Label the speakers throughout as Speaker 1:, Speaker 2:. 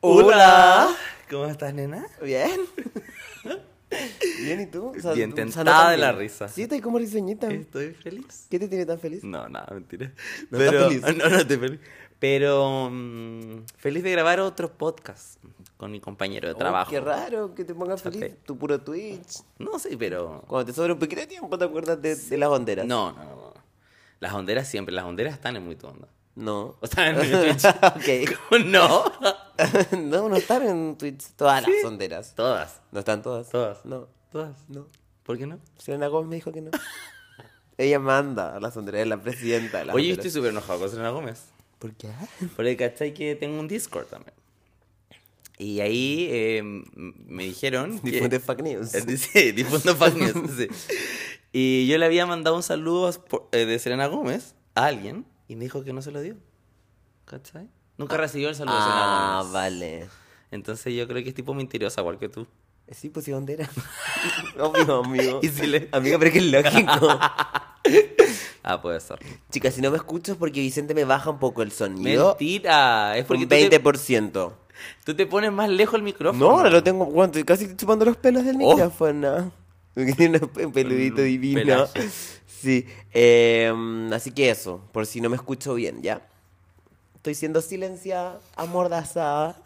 Speaker 1: Hola.
Speaker 2: ¿Cómo estás, nena?
Speaker 1: Bien.
Speaker 2: Bien, ¿y tú? O
Speaker 1: Bien
Speaker 2: tú-
Speaker 1: tentada
Speaker 2: salió tan
Speaker 1: de la
Speaker 2: bien.
Speaker 1: risa.
Speaker 2: Sí, estoy como risueñita.
Speaker 1: ¿Estoy feliz?
Speaker 2: ¿Qué te tiene tan feliz?
Speaker 1: No, nada, mentira.
Speaker 2: ¿No estás
Speaker 1: Pero,
Speaker 2: feliz?
Speaker 1: No, no estoy feliz. Pero mm, feliz de grabar otro podcast con mi compañero de
Speaker 2: Oh,
Speaker 1: trabajo.
Speaker 2: qué raro que te pongas
Speaker 1: Chate.
Speaker 2: feliz. Tu puro Twitch.
Speaker 1: No sé, pero...
Speaker 2: Cuando te sobra un poquito de tiempo, ¿te acuerdas de, de las banderas?
Speaker 1: No, no, no. Las honderas siempre, las honderas están en muy tu onda.
Speaker 2: No.
Speaker 1: O sea, en Twitch.
Speaker 2: Ok.
Speaker 1: ¿Cómo no?
Speaker 2: no, no están en Twitch todas las sonderas.
Speaker 1: Todas,
Speaker 2: ¿No están todas?
Speaker 1: Todas.
Speaker 2: No,
Speaker 1: todas.
Speaker 2: no.
Speaker 1: ¿Por qué no?
Speaker 2: Selena Gómez me dijo que no. Ella manda a las sonderas, es la presidenta de las
Speaker 1: Oye, yo
Speaker 2: honderas.
Speaker 1: estoy súper enojado con Selena Gómez.
Speaker 2: ¿Por qué?
Speaker 1: Porque cachai que tengo un Discord también. Y ahí eh, m- me dijeron. que-
Speaker 2: Difunde fake news.
Speaker 1: Eh, Sí, difundo fake news, sí. Y yo le había mandado un saludo a- por- eh, de Selena Gómez a alguien y me dijo que no se lo dio. ¿Cachai? Nunca recibió el saludo de Selena
Speaker 2: Ah,
Speaker 1: Gómez.
Speaker 2: vale.
Speaker 1: Entonces yo creo que es tipo mentirosa, igual que tú.
Speaker 2: Sí, pues sí, bandera. Obvio, amigo.
Speaker 1: Y si le-
Speaker 2: Amigo, pero es que es lógico.
Speaker 1: Ah, puede ser.
Speaker 2: Chicas, si no me escucho es porque Vicente me baja un poco el sonido.
Speaker 1: Mentira. Es porque
Speaker 2: un
Speaker 1: tú te,
Speaker 2: 20%.
Speaker 1: tú te pones más lejos el micrófono.
Speaker 2: No, ahora lo tengo. Bueno, estoy casi chupando los pelos del
Speaker 1: Oh. Mm,
Speaker 2: micrófono. Porque tiene un pe- un peludito
Speaker 1: Un
Speaker 2: divino.
Speaker 1: pelaje.
Speaker 2: Sí. eh, así que eso, por si no me escucho bien, ¿ya? Estoy siendo silenciada, amordazada,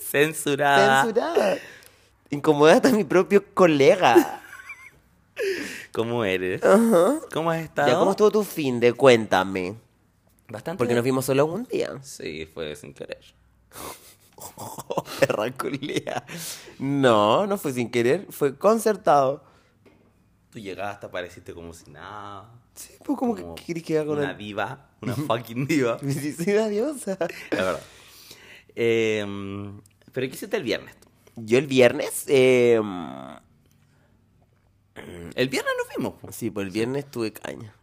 Speaker 1: Censurada.
Speaker 2: censurada. Incomodada hasta mi propio colega.
Speaker 1: ¿Cómo eres? ¿Cómo has estado?
Speaker 2: ¿Ya cómo estuvo tu fin de cuéntame?
Speaker 1: Bastante.
Speaker 2: Porque nos vimos solo un día.
Speaker 1: Sí, fue sin querer.
Speaker 2: Perra culia. No, no fue sin querer, fue concertado.
Speaker 1: Tú llegaste, apareciste como si nada.
Speaker 2: Sí, pues como que quería quedar con
Speaker 1: Una
Speaker 2: él.
Speaker 1: diva, una fucking diva.
Speaker 2: Me dice, "Soy una diosa.
Speaker 1: La verdad. Eh, pero ¿qué hiciste el viernes? tú?
Speaker 2: Yo el viernes, eh, Mm.
Speaker 1: El viernes nos vimos. po.
Speaker 2: sí, pues el viernes tuve caña.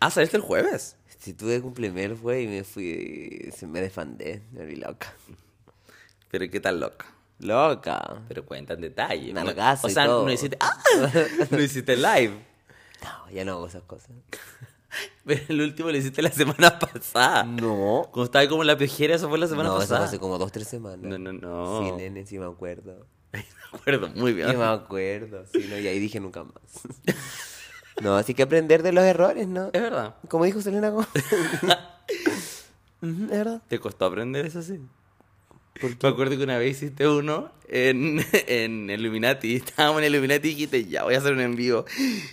Speaker 1: Ah, saliste el jueves.
Speaker 2: Si tuve cumpleaños fue y me fui, se me desfandé, me vi loca.
Speaker 1: Pero qué tan loca.
Speaker 2: Loca.
Speaker 1: Pero cuenta en detalle. No-
Speaker 2: Nalgazo
Speaker 1: o
Speaker 2: y
Speaker 1: sea,
Speaker 2: todo.
Speaker 1: no hiciste. ¡Ah! No hiciste live.
Speaker 2: No, ya no hago esas cosas.
Speaker 1: Pero el último lo hiciste la semana pasada.
Speaker 2: No.
Speaker 1: Cuando estaba como la piojera, eso fue la semana
Speaker 2: No, eso fue
Speaker 1: pasada.
Speaker 2: hace como dos, tres semanas.
Speaker 1: No, no, no.
Speaker 2: Sí, nene, sí me acuerdo.
Speaker 1: Me acuerdo muy bien.
Speaker 2: Yo me acuerdo, sí, no, y ahí dije nunca más. No, así que aprender de los errores, ¿no?
Speaker 1: Es verdad.
Speaker 2: Como dijo Selena Gómez. Ujú, es verdad.
Speaker 1: ¿Te costó aprender eso sí?
Speaker 2: ¿Por
Speaker 1: Me acuerdo que una vez hiciste uno en, en Illuminati. Estábamos en Illuminati y dijiste, ya voy a hacer un en vivo.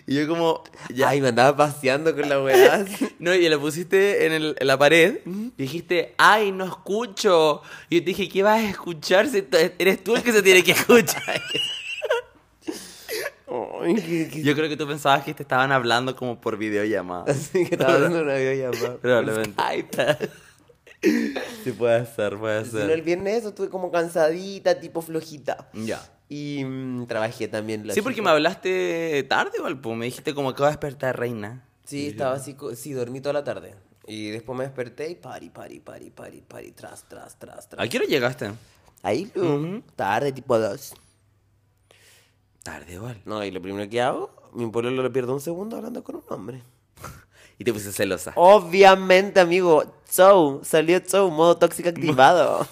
Speaker 1: Y yo como, ya.
Speaker 2: Ay, me andaba paseando con la weá.
Speaker 1: No, y lo pusiste en, el- en la pared. y Dijiste, ay, no escucho. Y yo te dije, ¿qué vas a escuchar si tú- eres tú el que se tiene que escuchar?
Speaker 2: Ay, qué- qué-
Speaker 1: yo creo que tú pensabas que te estaban hablando como por videollamada.
Speaker 2: Así que estaba haciendo una videollamada.
Speaker 1: Probablemente. sí, puede ser, puede
Speaker 2: Si no, el
Speaker 1: ser.
Speaker 2: viernes eso estuve como cansadita, tipo flojita.
Speaker 1: Ya.
Speaker 2: Y mm, trabajé también. la
Speaker 1: Sí, porque me
Speaker 2: chica.
Speaker 1: hablaste tarde, Valpo. Me dijiste como acabo de despertar, reina.
Speaker 2: Sí, estaba así, co- sí, dormí toda la tarde. Y después me desperté y pari, pari, pari, pari, pari, tras, tras, tras, tras.
Speaker 1: ¿A qué hora llegaste?
Speaker 2: Ahí, lo- tarde, tipo dos.
Speaker 1: Tarde, igual.
Speaker 2: No, y lo primero que hago, mi pololo lo pierdo un segundo hablando con un hombre.
Speaker 1: Y te puse celosa.
Speaker 2: Obviamente, amigo, show, salió show, modo tóxico activado.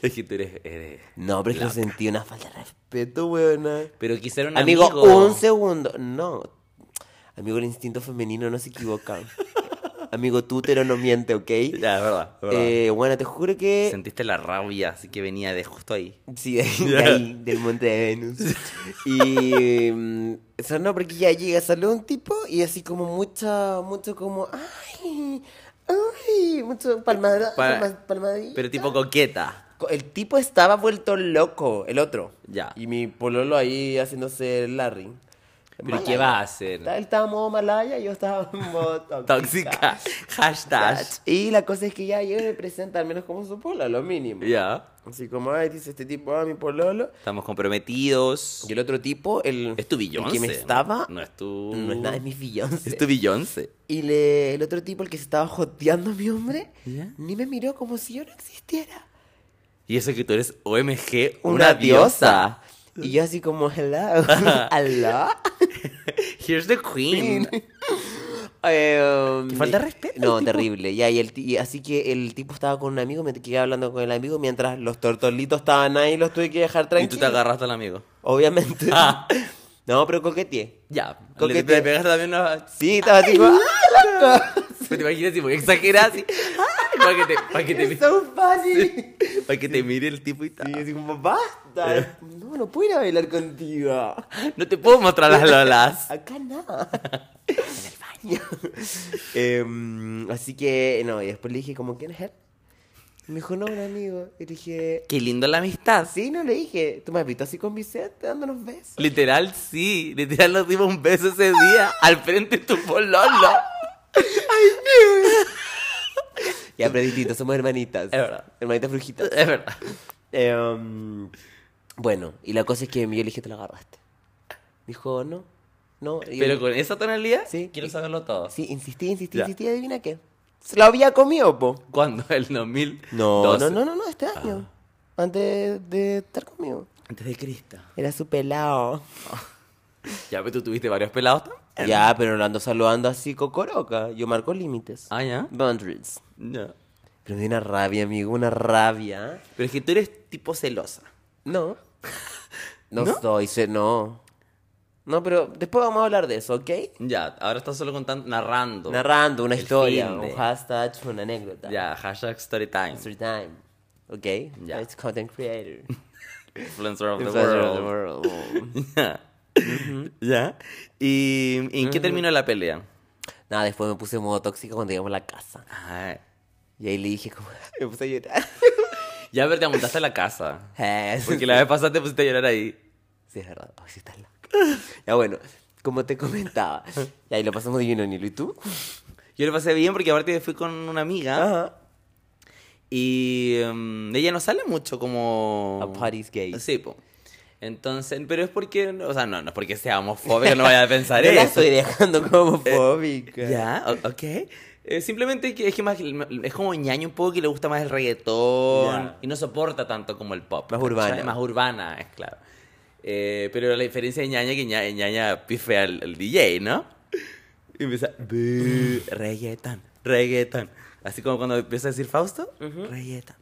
Speaker 1: Es que tú eres. eres-
Speaker 2: no, pero es que yo sentí una falta de respeto, weona.
Speaker 1: Pero quisiera un
Speaker 2: Amigo,
Speaker 1: amigo.
Speaker 2: un segundo. No. Amigo, el instinto femenino no se equivoca. amigo, tú pero no miente, ¿ok?
Speaker 1: Ya, es verdad. es verdad.
Speaker 2: Eh, bueno, te juro que...
Speaker 1: Sentiste la rabia, así que venía de justo ahí.
Speaker 2: Sí, de ahí,
Speaker 1: Ya.
Speaker 2: de ahí, del monte de Venus. Y mm, eso no, porque ya llega, salió un tipo y así como mucha, mucho como, ay, ay, mucho palmada,
Speaker 1: Pa-
Speaker 2: palma- palmadita.
Speaker 1: Pero tipo coqueta.
Speaker 2: Co- El tipo estaba vuelto loco, el otro.
Speaker 1: Ya.
Speaker 2: Y mi pololo ahí haciéndose el Larry.
Speaker 1: ¿Pero
Speaker 2: Malaya.
Speaker 1: qué va a hacer?
Speaker 2: Está- Él estaba en modo malaya, yo estaba en modo
Speaker 1: Tóxica. Hashtag.
Speaker 2: Y la cosa es que ya yo me presenta al menos como su pola, lo mínimo.
Speaker 1: Ya.
Speaker 2: Así como, ay, dice este tipo, ah, mi pololo.
Speaker 1: Estamos comprometidos.
Speaker 2: Y el otro tipo, el,
Speaker 1: Es tu
Speaker 2: el
Speaker 1: Beyoncé.
Speaker 2: que me estaba,
Speaker 1: No es tu.
Speaker 2: no es nada, es mi Beyoncé.
Speaker 1: Es tu Beyoncé.
Speaker 2: Y le- el otro tipo, el que se estaba joteando a mi hombre,
Speaker 1: ¿Ya?
Speaker 2: ni me miró como si yo no existiera.
Speaker 1: Y eso que tú eres OMG, una, diosa.
Speaker 2: Y yo así como, hello, hello.
Speaker 1: Here's the queen.
Speaker 2: Eh,
Speaker 1: Qué falta de respeto,
Speaker 2: No,
Speaker 1: el tipo.
Speaker 2: terrible. Ya, y el ti- y así que el tipo estaba con un amigo, me quedé hablando con el amigo mientras los tortolitos estaban ahí, los tuve que dejar
Speaker 1: Y
Speaker 2: tranquilos.
Speaker 1: tú te agarraste al amigo.
Speaker 2: Obviamente.
Speaker 1: Ah.
Speaker 2: No, pero coqueteé.
Speaker 1: Ya.
Speaker 2: Con
Speaker 1: Le,
Speaker 2: que
Speaker 1: te
Speaker 2: te-
Speaker 1: pegaste también una.
Speaker 2: Sí, estaba así como... "Ah,
Speaker 1: Pero te imaginas, tipo, exagerar así. Para que te, para que te,
Speaker 2: it's so funny.
Speaker 1: para que te mire el tipo y tal.
Speaker 2: Y yo así como, basta. No, no puedo ir a bailar contigo.
Speaker 1: No te puedo mostrar las lolas.
Speaker 2: Acá nada. En el baño. Em, así que, no, y después le dije, como, ¿quién es él? Y Me dijo, no, un amigo. Y le dije,
Speaker 1: Qué lindo la amistad.
Speaker 2: sí, no, le dije, ¿tú me has visto así con Vicente dándonos besos?
Speaker 1: Literal, sí. Literal, nos dimos un beso ese día al frente de tu pololo.
Speaker 2: Ya, pero es distinto, somos hermanitas. Es
Speaker 1: verdad. Eh.
Speaker 2: Hermanitas brujitas.
Speaker 1: Es verdad.
Speaker 2: Em, bueno, y la cosa es que yo le dije, te la agarraste. Me dijo, no, no. Y yo
Speaker 1: Pero con esa tonalidad,
Speaker 2: Sí.
Speaker 1: quiero saberlo todo.
Speaker 2: Sí, insistí, insistí,
Speaker 1: Ya.
Speaker 2: insistí, adivina qué. Se lo había comido, po.
Speaker 1: ¿Cuándo? ¿El 2000?
Speaker 2: No, no, no, no, no, este año. Antes de estar conmigo.
Speaker 1: Antes de Cristo.
Speaker 2: Era su pelado.
Speaker 1: Ya, pero tú tuviste varios pelados también.
Speaker 2: Ya, pero lo ando saludando así cocoroca. Yo marco límites.
Speaker 1: Ah, ya.
Speaker 2: Boundaries.
Speaker 1: No.
Speaker 2: Pero me dio una rabia, amigo, una rabia.
Speaker 1: Pero es que tú eres tipo celosa.
Speaker 2: No. No,
Speaker 1: ¿No?
Speaker 2: soy, se- no. No, pero después vamos a hablar de eso, ¿ok?
Speaker 1: Ya, ahora estás solo contando, narrando.
Speaker 2: Narrando una
Speaker 1: El
Speaker 2: historia,
Speaker 1: fin de.
Speaker 2: un hashtag, una anécdota.
Speaker 1: Ya, hashtag story time.
Speaker 2: Story time. ¿Ok?
Speaker 1: Ya.
Speaker 2: It's content creator.
Speaker 1: Influencer of the
Speaker 2: Influencer
Speaker 1: world.
Speaker 2: of the world.
Speaker 1: Ya. Ya. ¿Y y en qué terminó la pelea?
Speaker 2: Nada, después me puse en modo tóxico cuando llegamos a la casa.
Speaker 1: Ay.
Speaker 2: Y ahí le dije como... Me puse a llorar.
Speaker 1: Ya, pero te aguantaste a la casa.
Speaker 2: Eh,
Speaker 1: Porque la vez pasada te pusiste a llorar ahí.
Speaker 2: Sí, es verdad. Ay, sí, estás loca. Ya bueno, como te comentaba. Y ahí lo pasamos divino, Nilo. ¿Y tú?
Speaker 1: Yo lo pasé bien porque aparte fui con una amiga
Speaker 2: Ajá.
Speaker 1: y em, ella no sale mucho como...
Speaker 2: A parties gay.
Speaker 1: Sí, po. Entonces, pero es porque, o sea, no, no es porque sea homofóbica, no vaya a pensar
Speaker 2: Yo la
Speaker 1: eso.
Speaker 2: estoy dejando como homofóbica.
Speaker 1: Ya, o- ok. Eh, simplemente que es que más, es como ñaño un poco que le gusta más el reggaetón
Speaker 2: Ya.
Speaker 1: y no soporta tanto como el pop.
Speaker 2: Más
Speaker 1: ¿cachai?
Speaker 2: urbana.
Speaker 1: Más urbana, es claro. Eh, pero la diferencia de ñaña es que ña- ñaña pifea al, al DJ, ¿no? Y empieza, "Bu, reggaetón, reggaetón. Así como cuando empieza a decir Fausto, reggaetón.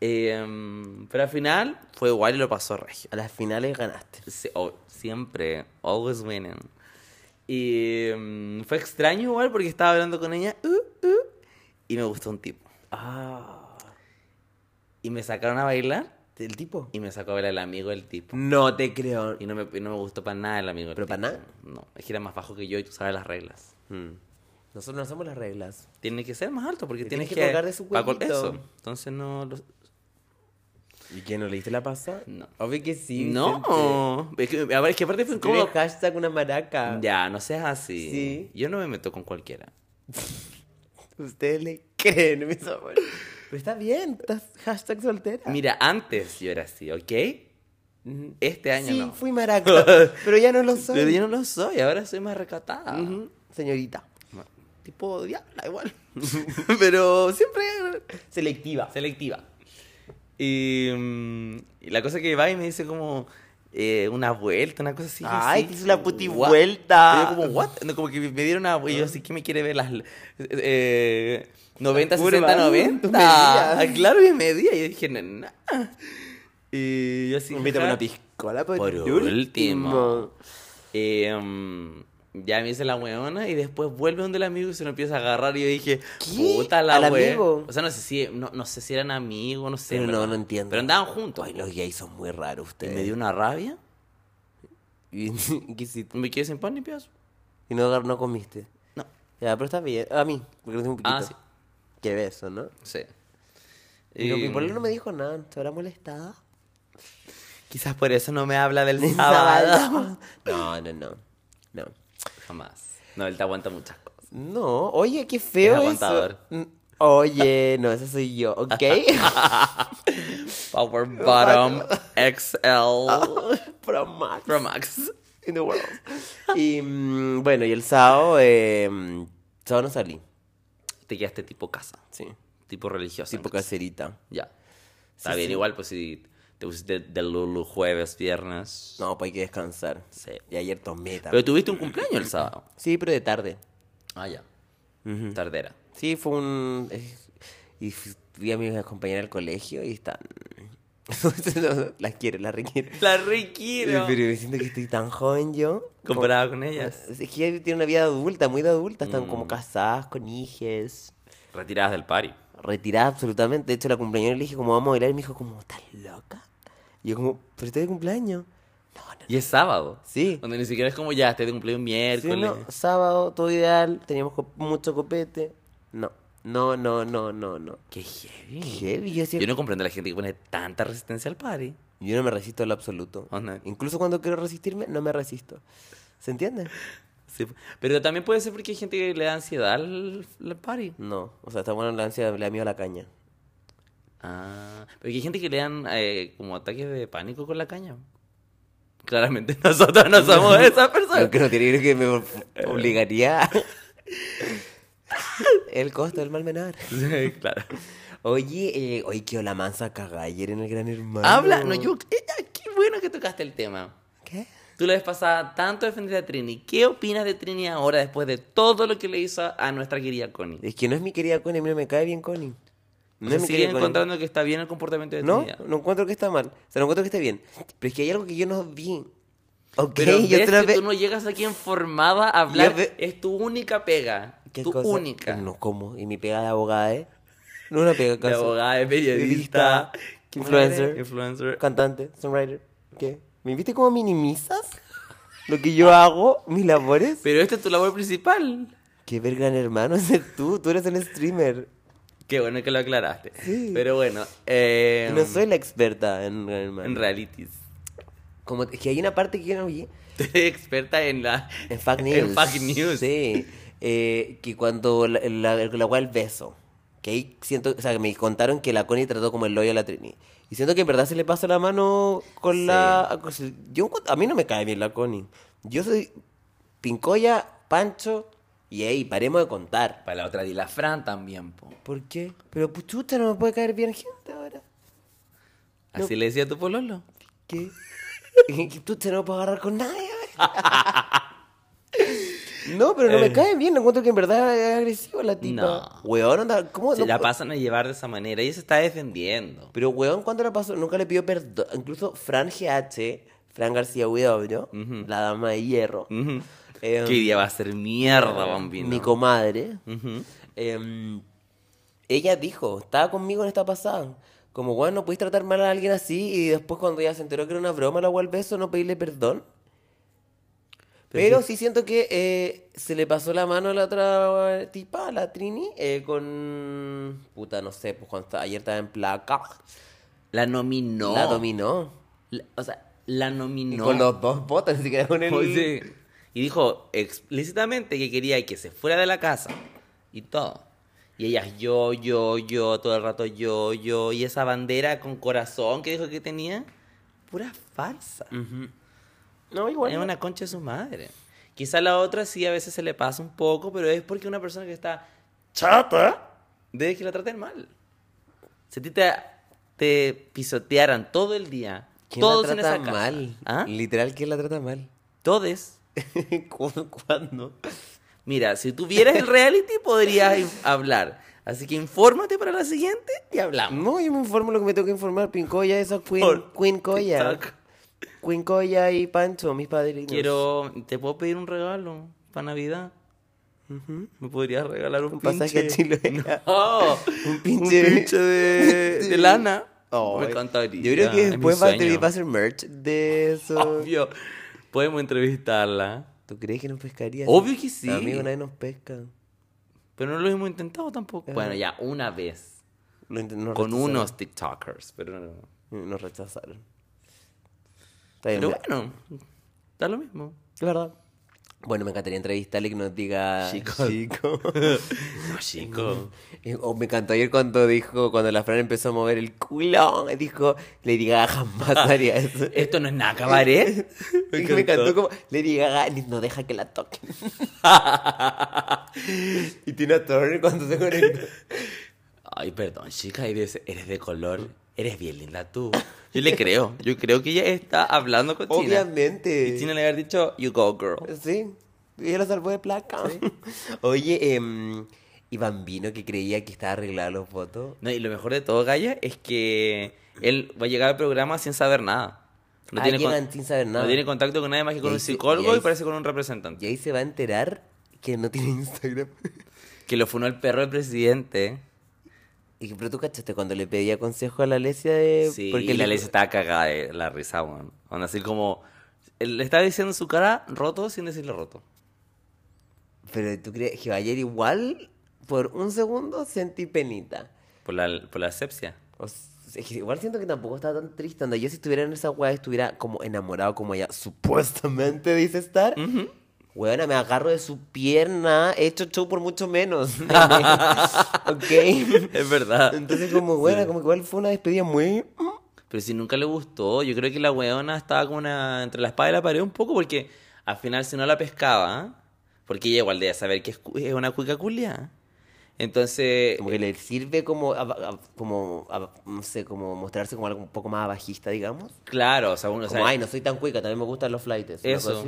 Speaker 1: Eh, em, pero al final fue igual y lo pasó regio.
Speaker 2: A las finales ganaste.
Speaker 1: Sí, o- siempre, always winning. Y mm, fue extraño igual porque estaba hablando con ella uh, uh, y me gustó un tipo.
Speaker 2: Ah.
Speaker 1: Y me sacaron a bailar
Speaker 2: ¿El tipo?
Speaker 1: y me sacó a bailar el amigo del tipo.
Speaker 2: No te creo.
Speaker 1: Y no me, y no me gustó para nada el amigo del
Speaker 2: ¿Pero pa'
Speaker 1: tipo.
Speaker 2: nada?
Speaker 1: No, es que era más bajo que yo y tú sabes las reglas.
Speaker 2: Mm. Nosotros no hacemos las reglas.
Speaker 1: Tiene que ser más alto porque
Speaker 2: Te
Speaker 1: tienes,
Speaker 2: tienes que colgar de su
Speaker 1: pa' col-
Speaker 2: cuellito.
Speaker 1: Eso. Entonces no... lo-
Speaker 2: ¿Y qué? ¿No le diste la pasa?
Speaker 1: No.
Speaker 2: Obvio que sí.
Speaker 1: no. Es que, a ver, es que aparte fue
Speaker 2: ¿Cómo?
Speaker 1: incómodo.
Speaker 2: hashtag una maraca.
Speaker 1: Ya, no seas así.
Speaker 2: Sí.
Speaker 1: Yo no me meto con cualquiera.
Speaker 2: Ustedes le creen, mis amores. Pero está bien. Estás hashtag soltera.
Speaker 1: Mira, antes yo era así, ¿ok?
Speaker 2: Ujú.
Speaker 1: Este año
Speaker 2: sí,
Speaker 1: no.
Speaker 2: fui maraca, pero ya no lo soy.
Speaker 1: Pero yo no lo soy, ahora soy más recatada.
Speaker 2: Ujú, Señorita.
Speaker 1: Tipo diabla, igual. Pero siempre
Speaker 2: Selectiva.
Speaker 1: selectiva. Y, mm, y la cosa que va y me dice como eh, una vuelta, una cosa así. yo
Speaker 2: Ay,
Speaker 1: sí,
Speaker 2: te hizo la puti
Speaker 1: what?
Speaker 2: vuelta.
Speaker 1: Y Yo como, what? No, como que me dieron una vuelta. Y yo así, ¿qué me quiere ver? Las, eh, 90,
Speaker 2: Las curvas,
Speaker 1: 60,
Speaker 2: tus
Speaker 1: 90.
Speaker 2: medidas.
Speaker 1: Ah, claro, y media. Y yo dije, no, no. Y yo así,
Speaker 2: Invítame
Speaker 1: jaja.
Speaker 2: una piscola por,
Speaker 1: Por último. Eh, mm, ya me hice la weona y después vuelve donde el amigo y se lo empieza a agarrar. Y yo dije,
Speaker 2: ¿Qué?
Speaker 1: puta la
Speaker 2: ¿Al
Speaker 1: wea.
Speaker 2: amigo?
Speaker 1: O sea, no sé si, no, no sé si eran amigos, no sé.
Speaker 2: Pero
Speaker 1: en
Speaker 2: no,
Speaker 1: verdad.
Speaker 2: no entiendo.
Speaker 1: Pero andaban juntos.
Speaker 2: Ay, los gays son muy raros
Speaker 1: y
Speaker 2: ustedes.
Speaker 1: me dio una rabia.
Speaker 2: ¿Y qué hiciste?
Speaker 1: Me quedé sin pan ni piazo.
Speaker 2: Y no, agar- no comiste.
Speaker 1: No,
Speaker 2: Ya, pero está bien. A mí, porque no tengo un piquito.
Speaker 1: Ah, sí.
Speaker 2: Qué beso, ¿no?
Speaker 1: sí.
Speaker 2: Pero
Speaker 1: Y-
Speaker 2: mi pololo no me dijo nada. ¿Se habrá molestado?
Speaker 1: Quizás por eso no me habla del sábado.
Speaker 2: Sábado. No, no, no. No.
Speaker 1: Jamás. No, él te aguanta muchas cosas.
Speaker 2: No, oye, qué feo
Speaker 1: Es
Speaker 2: eso.
Speaker 1: aguantador.
Speaker 2: Mm, Oye, no, esa soy yo, ¿ok?
Speaker 1: Power Bottom
Speaker 2: Ah.
Speaker 1: XL
Speaker 2: Pro Max.
Speaker 1: Pro Max.
Speaker 2: in the world. Y mm, bueno, y el sábado, eh, mm, sábado no salí.
Speaker 1: Te quedaste tipo casa,
Speaker 2: Sí.
Speaker 1: tipo religiosa.
Speaker 2: Tipo caserita.
Speaker 1: Ya. Está bien, igual, pues si te pusiste del Lulu jueves, viernes.
Speaker 2: No, pues hay que descansar.
Speaker 1: Sí.
Speaker 2: Y ayer tomé también.
Speaker 1: Pero tuviste un cumpleaños el sábado.
Speaker 2: Sí, pero de tarde.
Speaker 1: Ah, ya. Tardera.
Speaker 2: Sí, fue un... es- Y f- vi a mis compañeras al colegio y están... las quiero, las requiero.
Speaker 1: La
Speaker 2: Pero
Speaker 1: requiero.
Speaker 2: me siento que estoy tan joven yo. como-
Speaker 1: Comparada con ellas.
Speaker 2: Es que ella tiene una vida adulta, muy de adulta. Están
Speaker 1: Mm.
Speaker 2: como casadas, con hijes,
Speaker 1: Retiradas del party.
Speaker 2: retiradas absolutamente. De hecho, la cumpleaños le dije, como vamos a bailar? Y me dijo, como, ¿estás loca? Y yo como, ¿pero estoy de cumpleaños? No, no, no.
Speaker 1: Y es sábado.
Speaker 2: Sí.
Speaker 1: Donde ni siquiera es como ya, te de cumpleaños
Speaker 2: Sí,
Speaker 1: miércoles.
Speaker 2: no, sábado, todo ideal. Teníamos co- mucho copete. No, no, no, no, no, no.
Speaker 1: Qué heavy.
Speaker 2: Qué heavy. Yo, decía,
Speaker 1: Yo no comprendo a la gente que pone tanta resistencia al party.
Speaker 2: yo no me resisto en lo absoluto.
Speaker 1: Onda.
Speaker 2: Incluso cuando quiero resistirme, no me resisto. ¿Se entiende?
Speaker 1: Sí, Pero también puede ser porque hay gente que le da ansiedad al, al party.
Speaker 2: No. O sea, está bueno la ansia, le da miedo a la caña.
Speaker 1: Ah, porque hay gente que le dan eh, como ataques de pánico con la caña. Claramente nosotros no somos esas personas.
Speaker 2: Lo que no tiene que me obligaría. el costo del mal menor.
Speaker 1: Sí, claro.
Speaker 2: Oye, eh, oye, quedó la mansa cagada ayer en el Gran Hermano.
Speaker 1: Habla, no, yo, eh, ah, qué bueno que tocaste el tema.
Speaker 2: ¿Qué?
Speaker 1: Tú la vez pasada tanto defendiste a Trini. ¿Qué opinas de Trini ahora después de todo lo que le hizo a nuestra querida Connie?
Speaker 2: Es que no es mi querida Connie, a mí no me cae bien Connie.
Speaker 1: No
Speaker 2: es mi
Speaker 1: sigue
Speaker 2: querida Connie.
Speaker 1: encontrando que está bien el comportamiento de
Speaker 2: No,
Speaker 1: Trini.
Speaker 2: no encuentro que está mal. O sea, no encuentro que esté bien. Pero es que hay algo que yo no vi. Ok,
Speaker 1: Pero
Speaker 2: yo
Speaker 1: ves
Speaker 2: te lo
Speaker 1: que
Speaker 2: ve-
Speaker 1: tú no llegas aquí informada a hablar.
Speaker 2: Ya ve-
Speaker 1: Es tu única pega.
Speaker 2: ¿Qué
Speaker 1: tu
Speaker 2: cosa?
Speaker 1: única.
Speaker 2: No, ¿cómo? Y mi pega de abogada, ¿eh? No una pega,
Speaker 1: De
Speaker 2: casi.
Speaker 1: abogada, de periodista,
Speaker 2: Periodista,
Speaker 1: ¿qué más eres?
Speaker 2: influencer.
Speaker 1: influencer.
Speaker 2: Cantante, songwriter. ¿Qué? ¿Me viste cómo minimizas lo que yo hago, mis labores?
Speaker 1: Pero esta es tu labor principal.
Speaker 2: Qué ver, gran hermano, ese tú. Tú eres el streamer.
Speaker 1: Qué bueno que lo aclaraste.
Speaker 2: Sí.
Speaker 1: Pero bueno, eh,
Speaker 2: Y no soy la experta en gran hermano.
Speaker 1: en realities.
Speaker 2: Como es que hay una parte que yo no vi.
Speaker 1: Tú eres experta en la.
Speaker 2: En Fact News.
Speaker 1: En Fact News.
Speaker 2: Sí. Eh, que cuando la, la, la weá del beso. Que ahí siento, o sea, que me contaron que la Connie trató como el loyo a la Trini. Y siento que en verdad se le pasa la mano con
Speaker 1: Sí.
Speaker 2: la... con- Yo, encont- a mí no me cae bien la Connie. Yo soy Pincoya, Pancho y ahí, paremos de contar.
Speaker 1: Para la otra, di la Fran también, po.
Speaker 2: ¿Por qué? Pero pues, chuta, no me puede caer bien gente ahora.
Speaker 1: Así le decía a tu pololo.
Speaker 2: ¿Qué? Que tú te no puedes agarrar con nadie. No, pero no me cae bien. No encuentro que en verdad es agresiva la tipa.
Speaker 1: Eh. No.
Speaker 2: Weón, onda, ¿cómo?
Speaker 1: Se
Speaker 2: no-
Speaker 1: la pasan a llevar de esa manera. Ella se está defendiendo.
Speaker 2: Pero weón, ¿cuándo la pasó? Nunca le pidió perdón. Incluso Fran GH, Fran García Huidobro, la dama de hierro.
Speaker 1: Ujú.
Speaker 2: eh,
Speaker 1: Mm. Qué día va a ser mierda, Mm. bambino.
Speaker 2: Mi comadre.
Speaker 1: Ujú.
Speaker 2: em, ella dijo, estaba conmigo en esta pasada. Como, weón, no podéis tratar mal a alguien así. Y después, cuando ella se enteró que era una broma, la weá al beso, no pedirle perdón. Pero sí siento que eh, se le pasó la mano a la otra tipa, a la Trini, eh, con. Puta, no sé, pues cuando estaba- ayer estaba en placa.
Speaker 1: La nominó.
Speaker 2: La dominó.
Speaker 1: La- o sea, la
Speaker 2: Y
Speaker 1: nominó.
Speaker 2: Con los dos botas, ni siquiera con el.
Speaker 1: Oye, Y dijo explícitamente que quería que se fuera de la casa y todo. Y ellas yo, yo, yo, todo el rato yo, yo. Y esa bandera con corazón que dijo que tenía, pura farsa.
Speaker 2: No, igual.
Speaker 1: Es una concha de su madre. Quizá la otra sí a veces se le pasa un poco, pero es porque una persona que está chata debe que la traten mal. Si a ti te, te pisotearan todo el día,
Speaker 2: ¿Quién
Speaker 1: todos
Speaker 2: la
Speaker 1: en esa
Speaker 2: trata
Speaker 1: casa.
Speaker 2: mal?
Speaker 1: ¿Ah?
Speaker 2: Literal, ¿quién la trata mal?
Speaker 1: Todes.
Speaker 2: ¿Cu- ¿Cuándo?
Speaker 1: Mira, si tuvieras el reality podrías in- hablar. Así que infórmate para la siguiente y hablamos.
Speaker 2: No, yo me informo lo que me tengo que informar. Pincoya, esa Queen,
Speaker 1: Por
Speaker 2: Queen Coya.
Speaker 1: TikTok.
Speaker 2: Queen Coya y Pancho, mis padrinos.
Speaker 1: Quiero, te puedo pedir un regalo para Navidad. ¿Me podrías regalar un,
Speaker 2: Un pasaje a
Speaker 1: pinche?
Speaker 2: Chiloé.
Speaker 1: No.
Speaker 2: Un pinche-
Speaker 1: de, de lana.
Speaker 2: Oh,
Speaker 1: Me
Speaker 2: eh,
Speaker 1: encantaría.
Speaker 2: Yo creo que
Speaker 1: Es mi
Speaker 2: después va a,
Speaker 1: sueño.
Speaker 2: tener- va a hacer merch de eso.
Speaker 1: Obvio. Podemos entrevistarla.
Speaker 2: Ah. ¿Tú crees que nos pescaría?
Speaker 1: Obvio que sí.
Speaker 2: Amigo, nadie nos pesca.
Speaker 1: Pero no lo hemos intentado tampoco. Bueno, ya, una vez.
Speaker 2: Lo int- nos
Speaker 1: Con
Speaker 2: rechazaron.
Speaker 1: unos TikTokers. Pero no.
Speaker 2: Nos rechazaron. Está bien,
Speaker 1: Pero
Speaker 2: mira,
Speaker 1: bueno, da lo mismo.
Speaker 2: es verdad. Bueno, me encantaría entrevistarle y que nos diga...
Speaker 1: Chico.
Speaker 2: Chico.
Speaker 1: No, chico.
Speaker 2: Eh, O me encantó ayer cuando dijo, cuando la Fran empezó a mover el culo, dijo, Lady Gaga jamás
Speaker 1: Ah.
Speaker 2: haría eso.
Speaker 1: Esto no es nada cabaret.
Speaker 2: Me encantó. como, Lady Gaga ni- no deja que la toquen. y Tina Turner cuando se conectó.
Speaker 1: Ay, perdón, chica, eres, eres de color. Eres bien linda tú. Yo le creo. Yo creo que ella está hablando con China. "Oh".
Speaker 2: Obviamente.
Speaker 1: Y China le había dicho, you go, girl.
Speaker 2: Sí. Ella la salvó de placa. Oye, em, y Bambino que creía que estaba arreglada los votos.
Speaker 1: No, y lo mejor de todo, Gaya, es que él va a llegar al programa sin saber nada. No,
Speaker 2: Ah,
Speaker 1: tiene,
Speaker 2: llegan
Speaker 1: con-
Speaker 2: sin saber
Speaker 1: no
Speaker 2: nada.
Speaker 1: tiene contacto con nadie más que con
Speaker 2: ahí
Speaker 1: un
Speaker 2: se- y
Speaker 1: psicólogo y,
Speaker 2: ahí
Speaker 1: parece
Speaker 2: se-
Speaker 1: con un representante.
Speaker 2: Y ahí se va a enterar que no tiene Instagram.
Speaker 1: Que lo funó el perro del presidente.
Speaker 2: Y, que- pero tú cachaste cuando le pedía consejo a la Alesia de...
Speaker 1: Sí,
Speaker 2: Eh, porque
Speaker 1: y la
Speaker 2: le-
Speaker 1: ley estaba cagada de la risa, weón. Onda, así como... él Le estaba diciendo su cara roto sin decirle roto.
Speaker 2: Pero tú crees que ayer igual, por un segundo, sentí penita.
Speaker 1: Por la, por la asepsia.
Speaker 2: O s- es que igual siento que tampoco estaba tan triste. Anda, yo si estuviera en esa weá, estuviera como enamorado como ella supuestamente dice estar.
Speaker 1: ¿Mm?
Speaker 2: Weona, me agarro de su pierna, he hecho show por mucho menos. ok.
Speaker 1: Es verdad.
Speaker 2: Entonces como, bueno, como que igual fue una despedida muy...
Speaker 1: Pero si nunca le gustó, yo creo que la weona estaba como una, entre la espada y la pared un poco, porque al final si no la pescaba, porque ella igual debe saber que es, cu- es una cuica culia. Entonces,
Speaker 2: Como que le sirve como, ab- ab- como ab- no sé, como mostrarse como algo un poco más bajista, digamos.
Speaker 1: claro, o sea, uno
Speaker 2: Como,
Speaker 1: sabe-
Speaker 2: ay, no soy tan cuica, también me gustan los flights.
Speaker 1: eso.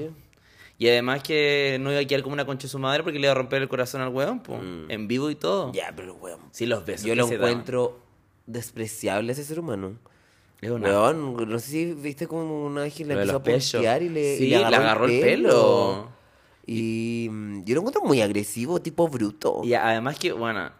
Speaker 1: Y además que no iba a quedar como una concha de su madre porque le iba a romper el corazón al weón, po, en vivo y todo.
Speaker 2: Mm. Ya, pero weón.
Speaker 1: Sí, los besos
Speaker 2: Yo
Speaker 1: que
Speaker 2: lo
Speaker 1: se daban.
Speaker 2: encuentro despreciable a ese ser humano.
Speaker 1: Es una-
Speaker 2: Weón, no sé si viste como una vez que le
Speaker 1: Lo de
Speaker 2: empezó
Speaker 1: los
Speaker 2: a
Speaker 1: pechos.
Speaker 2: postear y le, y
Speaker 1: Sí,
Speaker 2: le agarró, el pelo.
Speaker 1: pelo.
Speaker 2: Y mm, yo lo encuentro muy agresivo, tipo bruto.
Speaker 1: Y además que, bueno,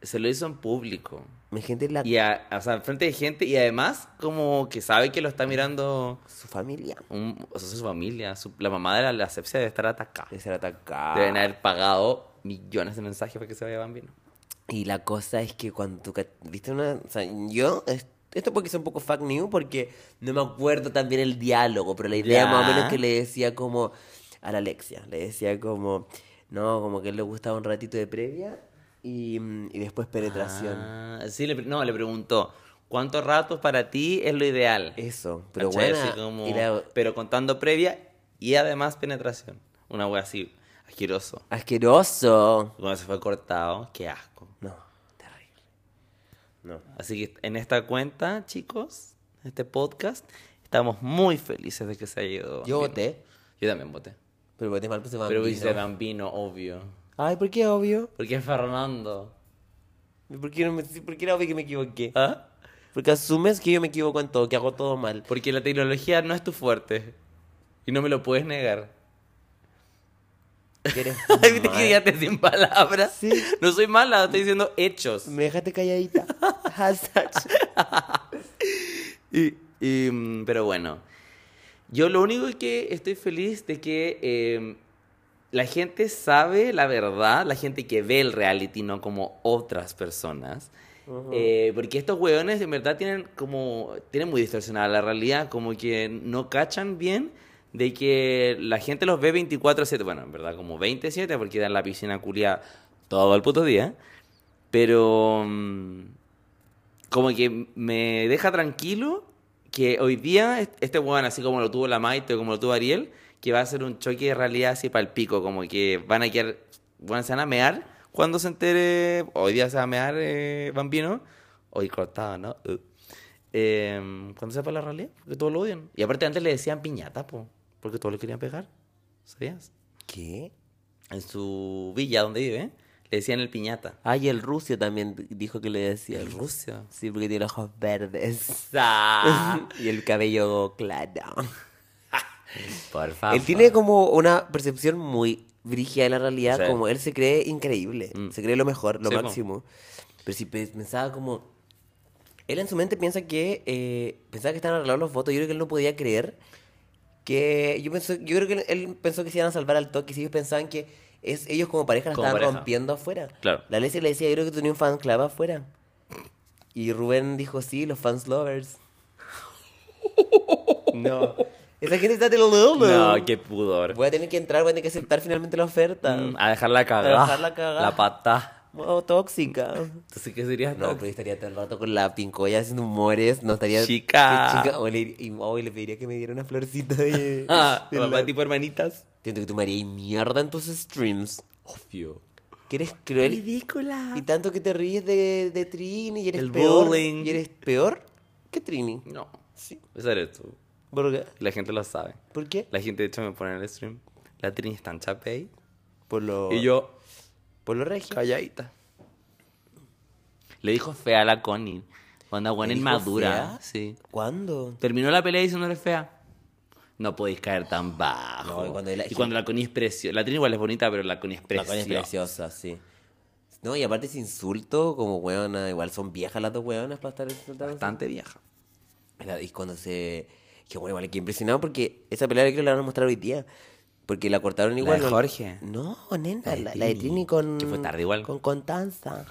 Speaker 1: se lo hizo en público.
Speaker 2: Mi gente la
Speaker 1: Y a- o sea, frente de gente y además como que sabe que lo está mirando
Speaker 2: su familia.
Speaker 1: un- o sea, su familia, su- la mamá de la, la asepsia debe estar atacada.
Speaker 2: De ser atacada.
Speaker 1: Deben haber pagado millones de mensajes para que se vaya Bambino.
Speaker 2: Y la cosa es que cuando tú ca- viste una. O sea, yo. es- Esto porque es un poco fuck new, porque no me acuerdo también el diálogo, pero la idea
Speaker 1: Ya.
Speaker 2: más o menos que le decía como. A la Alexia, le decía como. No, como que él le gustaba un ratito de previa y, mm, y después penetración.
Speaker 1: Ah, sí, le pre- no, le preguntó, ¿cuántos ratos para ti es lo ideal?
Speaker 2: Eso, Eh, pero
Speaker 1: ¿Cachai?
Speaker 2: bueno.
Speaker 1: Así como- pero contando previa y además penetración. Una wea así, asqueroso.
Speaker 2: Asqueroso.
Speaker 1: Cuando se fue cortado, qué asco.
Speaker 2: No, terrible. No.
Speaker 1: Así que en esta cuenta, chicos, en este podcast, estamos muy felices de que se haya ido.
Speaker 2: Yo
Speaker 1: Bambino.
Speaker 2: voté,
Speaker 1: Yo también voté.
Speaker 2: pero voté mal, puse
Speaker 1: Pero
Speaker 2: bambino.
Speaker 1: dice Bambino, obvio.
Speaker 2: Ay, ¿por qué obvio?
Speaker 1: Porque es Fernando.
Speaker 2: ¿Por qué, no me- ¿Por qué era obvio que me equivoqué?
Speaker 1: ¿Ah?
Speaker 2: Porque asumes que yo me equivoco en todo, que hago todo mal.
Speaker 1: Porque la tecnología no es tu fuerte. Y no me lo puedes negar.
Speaker 2: Que eres
Speaker 1: Ay, te
Speaker 2: mal.
Speaker 1: quedaste sin palabras.
Speaker 2: eh. Sí.
Speaker 1: No soy mala, estoy diciendo hechos.
Speaker 2: Me dejaste calladita. Hashtag.
Speaker 1: Y, y, mm, pero bueno, yo lo único que estoy feliz de que eh, la gente sabe la verdad, la gente que ve el reality, no como otras personas. Eh, porque estos hueones en verdad tienen como tienen muy distorsionada la realidad, como que no cachan bien de que la gente los ve 24/7, bueno, en verdad como 27 porque dan la piscina culia todo el puto día, pero mm, como que me deja tranquilo que hoy día est- este weón, así como lo tuvo la Maite o como lo tuvo Ariel, que va a ser un choque de realidad así para el pico, como que van a quedar, bueno, se van a mear cuando se entere, hoy día se va a mear eh, Bambino, hoy cortado, ¿no? Uh. Eh, cuando sepa la realidad, porque todos lo odian. Y aparte antes le decían piñata, po, porque todos le querían pegar, ¿sabías?
Speaker 2: ¿Qué?
Speaker 1: En su villa donde vive, le decían el piñata.
Speaker 2: Ay, el ruso también dijo que le decía.
Speaker 1: El ruso.
Speaker 2: Sí, porque tiene ojos verdes.
Speaker 1: ¡Sa!
Speaker 2: y el cabello claro.
Speaker 1: Por favor.
Speaker 2: Él tiene como una percepción muy brígida de la realidad,
Speaker 1: Sí. Mm.
Speaker 2: como él se cree increíble, se cree lo mejor, lo
Speaker 1: Sí, po.
Speaker 2: máximo. Pero si pe- pensaba como... Él en su mente piensa que... eh, pensaba que estaban arreglados los votos, yo creo que él no podía creer que... Yo, pensó, yo creo que él, él pensó que se iban a salvar al toque, si ellos pensaban que es, ellos como pareja la
Speaker 1: Como
Speaker 2: estaban
Speaker 1: pareja.
Speaker 2: rompiendo afuera.
Speaker 1: Claro.
Speaker 2: La Alessia le decía, yo creo que tú tenías un fan club afuera. Y Rubén dijo, sí, los fans lovers. no. Esa gente está de lo
Speaker 1: No, qué pudor.
Speaker 2: Voy a tener que entrar, voy a tener que aceptar finalmente la oferta.
Speaker 1: Mm, A dejarla cagar.
Speaker 2: A dejarla cagar.
Speaker 1: La pata.
Speaker 2: Wow, tóxica.
Speaker 1: Entonces, ¿qué sería
Speaker 2: No, pero yo estaría todo el rato con la pincoya haciendo humores. No estaría.
Speaker 1: Chica.
Speaker 2: Chica, O le, y, oh, y le pediría que me diera una florcita de.
Speaker 1: Ah,
Speaker 2: de
Speaker 1: papá,
Speaker 2: pues, la-
Speaker 1: tipo hermanitas.
Speaker 2: Siento que tú me harías mierda en tus streams.
Speaker 1: Obvio.
Speaker 2: Que eres cruel.
Speaker 1: Ridícula.
Speaker 2: Y tanto que te ríes de, de Trini y eres
Speaker 1: El
Speaker 2: peor.
Speaker 1: bullying.
Speaker 2: Y eres peor que Trini.
Speaker 1: No.
Speaker 2: Sí.
Speaker 1: Esa eres tú.
Speaker 2: ¿Por qué?
Speaker 1: La gente lo sabe.
Speaker 2: ¿Por qué?
Speaker 1: La gente, de hecho, me pone en el stream. La Trini está en Chapey.
Speaker 2: Por lo.
Speaker 1: Y yo,
Speaker 2: Por lo regio.
Speaker 1: calladita. Le dijo fea a la Connie. Cuando buena
Speaker 2: ¿Le dijo
Speaker 1: inmadura.
Speaker 2: fea?
Speaker 1: Sí.
Speaker 2: ¿Cuándo?
Speaker 1: Terminó la pelea diciéndole fea. No podéis caer tan bajo.
Speaker 2: No, y cuando la-
Speaker 1: Connie es preciosa. La Trini igual es bonita, pero la Connie es
Speaker 2: La
Speaker 1: preciosa.
Speaker 2: Connie es preciosa, sí. No, y aparte ese insulto, como weona, igual son viejas las dos weonas para estar insultando.
Speaker 1: Bastante vieja.
Speaker 2: Y cuando se. Que bueno, igual que impresionado porque esa pelea creo que la van a mostrar hoy día. Porque la cortaron igual.
Speaker 1: de
Speaker 2: ¿no?
Speaker 1: Jorge.
Speaker 2: No, nena,
Speaker 1: La
Speaker 2: la,
Speaker 1: de
Speaker 2: la de
Speaker 1: Trini.
Speaker 2: Trini con.
Speaker 1: Que fue tarde igual.
Speaker 2: Con Constanza.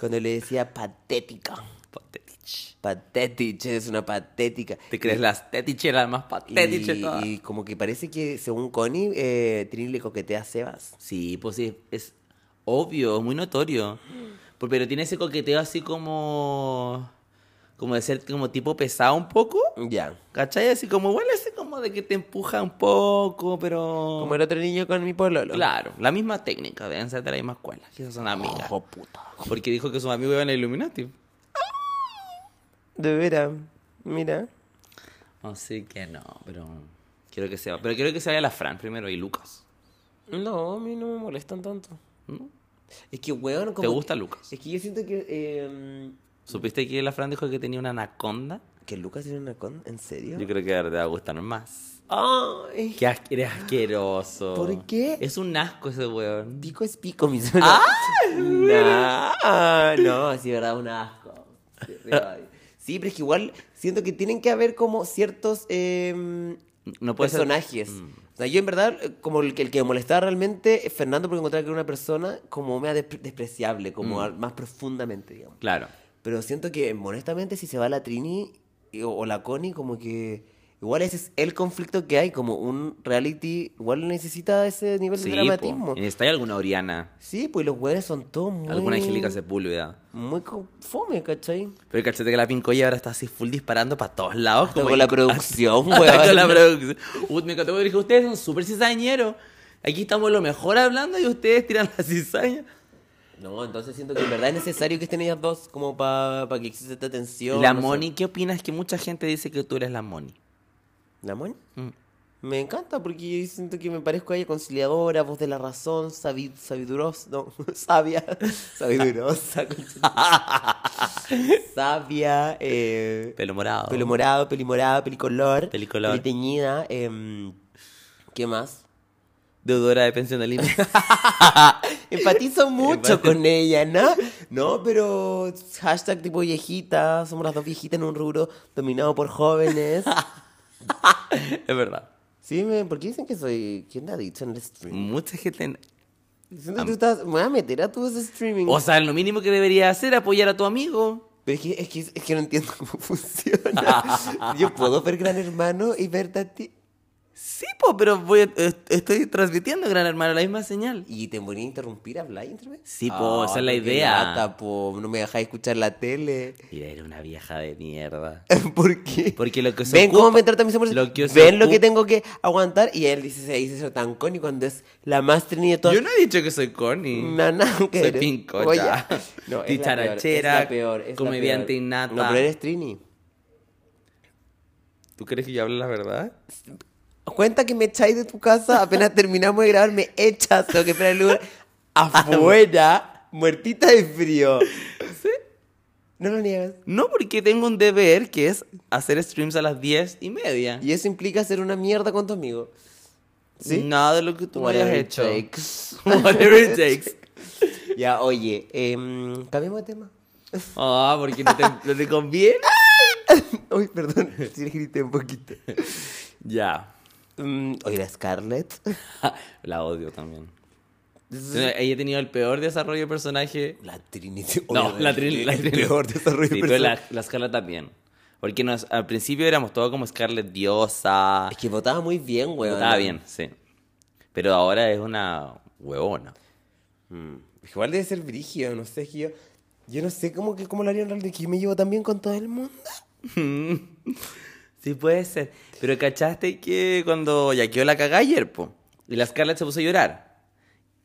Speaker 2: cuando le decía patética.
Speaker 1: Patetich.
Speaker 2: Patética, es una patética.
Speaker 1: ¿Te crees las tetiche, las más
Speaker 2: Y,
Speaker 1: patetiche de todas?
Speaker 2: y como que parece que, según Connie, eh, Trini le coquetea a Sebas.
Speaker 1: Sí, pues sí, es obvio, es muy notorio. Por- Pero tiene ese coqueteo así como. como de ser como tipo pesado un poco.
Speaker 2: Ya.
Speaker 1: ¿Cachai? Así como, igual así como de que te empuja un poco, pero.
Speaker 2: Como el otro niño con mi pololo.
Speaker 1: Claro, la misma técnica, deben ser de las mismas escuelas. Quizás son amigas.
Speaker 2: Ojo, puta.
Speaker 1: Porque dijo que sus amigos iban a Illuminati.
Speaker 2: De veras. Mira.
Speaker 1: Así que no, pero. Quiero que sea. Pero quiero que se vaya la Fran primero y Lucas.
Speaker 2: No, a mí no me molestan tanto.
Speaker 1: ¿no?
Speaker 2: Es que, weón, como...
Speaker 1: ¿Te gusta Lucas?
Speaker 2: Es que yo siento que... eh,
Speaker 1: ¿Supiste que la Fran dijo que tenía una anaconda?
Speaker 2: ¿Que Lucas era una con? ¿En serio?
Speaker 1: Yo creo que ahora te va a gustar más.
Speaker 2: Ay,
Speaker 1: Que eres asqueroso.
Speaker 2: ¿Por qué?
Speaker 1: Es un asco ese weón.
Speaker 2: pico es pico, mis ¡Ah! No, no, sí, verdad, un asco. Sí, ay. Sí, pero es que igual siento que tienen que haber como ciertos... eh,
Speaker 1: No puede ser- Mm.
Speaker 2: personajes. O sea, yo en verdad, eh, como el que, el que me molestaba realmente, es Fernando, porque encontraba que era una persona como más despre- despreciable,
Speaker 1: Mm.
Speaker 2: como al- más profundamente, digamos.
Speaker 1: Claro.
Speaker 2: Pero siento que, em, honestamente, si se va la Trini y- o, o la Connie, como que. Igual ese es el conflicto que hay, como un reality, igual necesita ese nivel
Speaker 1: Sí,
Speaker 2: de
Speaker 1: po.
Speaker 2: dramatismo.
Speaker 1: Y necesitáis alguna Oriana.
Speaker 2: Sí, pues los güeyes son todos muy.
Speaker 1: Alguna Angélica Sepúlveda.
Speaker 2: Muy co- fome, ¿cachai?
Speaker 1: Pero cachete que la pincoya ahora está así full disparando para todos lados.
Speaker 2: Hasta con la producción,
Speaker 1: Hasta con la
Speaker 2: weón.
Speaker 1: producción. Uy, me encantó porque dije, ustedes son súper cizañeros. Aquí estamos lo mejor hablando y ustedes tiran la cizaña.
Speaker 2: No, entonces siento que en verdad es necesario que estén ellas dos, como para que exista esta tensión.
Speaker 1: la
Speaker 2: no sé.
Speaker 1: Moni, ¿qué opinas? Que mucha gente dice que tú eres la Moni.
Speaker 2: ¿La Moni?
Speaker 1: Mm.
Speaker 2: Me encanta porque yo siento que me parezco a ella conciliadora, voz de la razón, sabi sabidurosa, no, sabia, sabidurosa, concha- sabia, eh,
Speaker 1: Pelo morado.
Speaker 2: pelo morado, peli morada, pelicolor,
Speaker 1: Pelicolor.
Speaker 2: peliteñida, em, ¿qué más?
Speaker 1: Deudora de pensión de Lima.
Speaker 2: Empatizo mucho
Speaker 1: Empatizo.
Speaker 2: con ella, ¿no? No, pero hashtag tipo viejita, somos las dos viejitas en un rubro dominado por jóvenes.
Speaker 1: es verdad.
Speaker 2: Sí, me, ¿por qué dicen que soy, quién la ha dicho en el stream?
Speaker 1: Mucha gente.
Speaker 2: Siento que tú estás, me voy a meter a tu streaming.
Speaker 1: O sea, lo mínimo que debería hacer apoyar a tu amigo.
Speaker 2: Pero es que, es, que, es que no entiendo cómo funciona. Yo puedo ver Gran Hermano y verte a ti.
Speaker 1: Sí, po, pero voy a- est- estoy transmitiendo, gran hermano, la misma señal.
Speaker 2: Y te voy a interrumpir, hablar, interrumpir.
Speaker 1: Sí, po, esa es la idea.
Speaker 2: Ah, po. No me dejáis escuchar la tele.
Speaker 1: Mira, era una vieja de mierda.
Speaker 2: ¿Por qué?
Speaker 1: Porque lo que se
Speaker 2: ¿Ven cómo
Speaker 1: ocupa-
Speaker 2: me tratan mis amores?
Speaker 1: lo que se
Speaker 2: ¿Ven lo que
Speaker 1: ocupa-
Speaker 2: tengo que aguantar? Y él dice, se dice eso tan con y cuando es la más trini de todas.
Speaker 1: Yo no he dicho que soy Connie.
Speaker 2: Nana, que
Speaker 1: Soy
Speaker 2: eres.
Speaker 1: pincocha.
Speaker 2: Oye, No, es la peor,
Speaker 1: Dicharachera,
Speaker 2: es la peor, es la
Speaker 1: comediante
Speaker 2: peor.
Speaker 1: innata.
Speaker 2: No, pero eres trini.
Speaker 1: ¿Tú crees que yo hablo la verdad?
Speaker 2: Cuenta que me echáis de tu casa, apenas terminamos de grabar, me echas, tengo que esperar el lugar
Speaker 1: Ah,
Speaker 2: afuera, muertita de frío. No lo niegas.
Speaker 1: No, porque tengo un deber que es hacer streams a las diez y media.
Speaker 2: Y eso implica hacer una mierda con tu amigo. ¿Sí?
Speaker 1: Nada de lo que tú me hayas
Speaker 2: Whatever it
Speaker 1: hecho.
Speaker 2: takes.
Speaker 1: Whatever it takes.
Speaker 2: Ya, oye, em, cambiemos de tema.
Speaker 1: Ah, porque no te, no te conviene.
Speaker 2: Uy, perdón, sí grité un poquito.
Speaker 1: Ya.
Speaker 2: Mm, oye, la Scarlett.
Speaker 1: La odio también. Ella ha tenido el peor desarrollo de personaje.
Speaker 2: La Trinity.
Speaker 1: No, la Trini. La
Speaker 2: El
Speaker 1: Trini.
Speaker 2: peor desarrollo
Speaker 1: Sí,
Speaker 2: de
Speaker 1: pero la,
Speaker 2: personaje.
Speaker 1: la Scarlett también. Porque nos, al principio éramos todos como Scarlett diosa.
Speaker 2: Es que votaba muy bien, weón.
Speaker 1: Estaba bien, sí. Pero ahora es una huevona.
Speaker 2: Mm. Igual debe ser brígido, no sé, es que yo... Yo no sé cómo, que- cómo lo haría en realidad, que yo me llevo tan bien con todo el mundo.
Speaker 1: Sí, puede ser. Pero cachaste que cuando ya quedó la cagá ayer, po. Y la Scarlett se puso a llorar.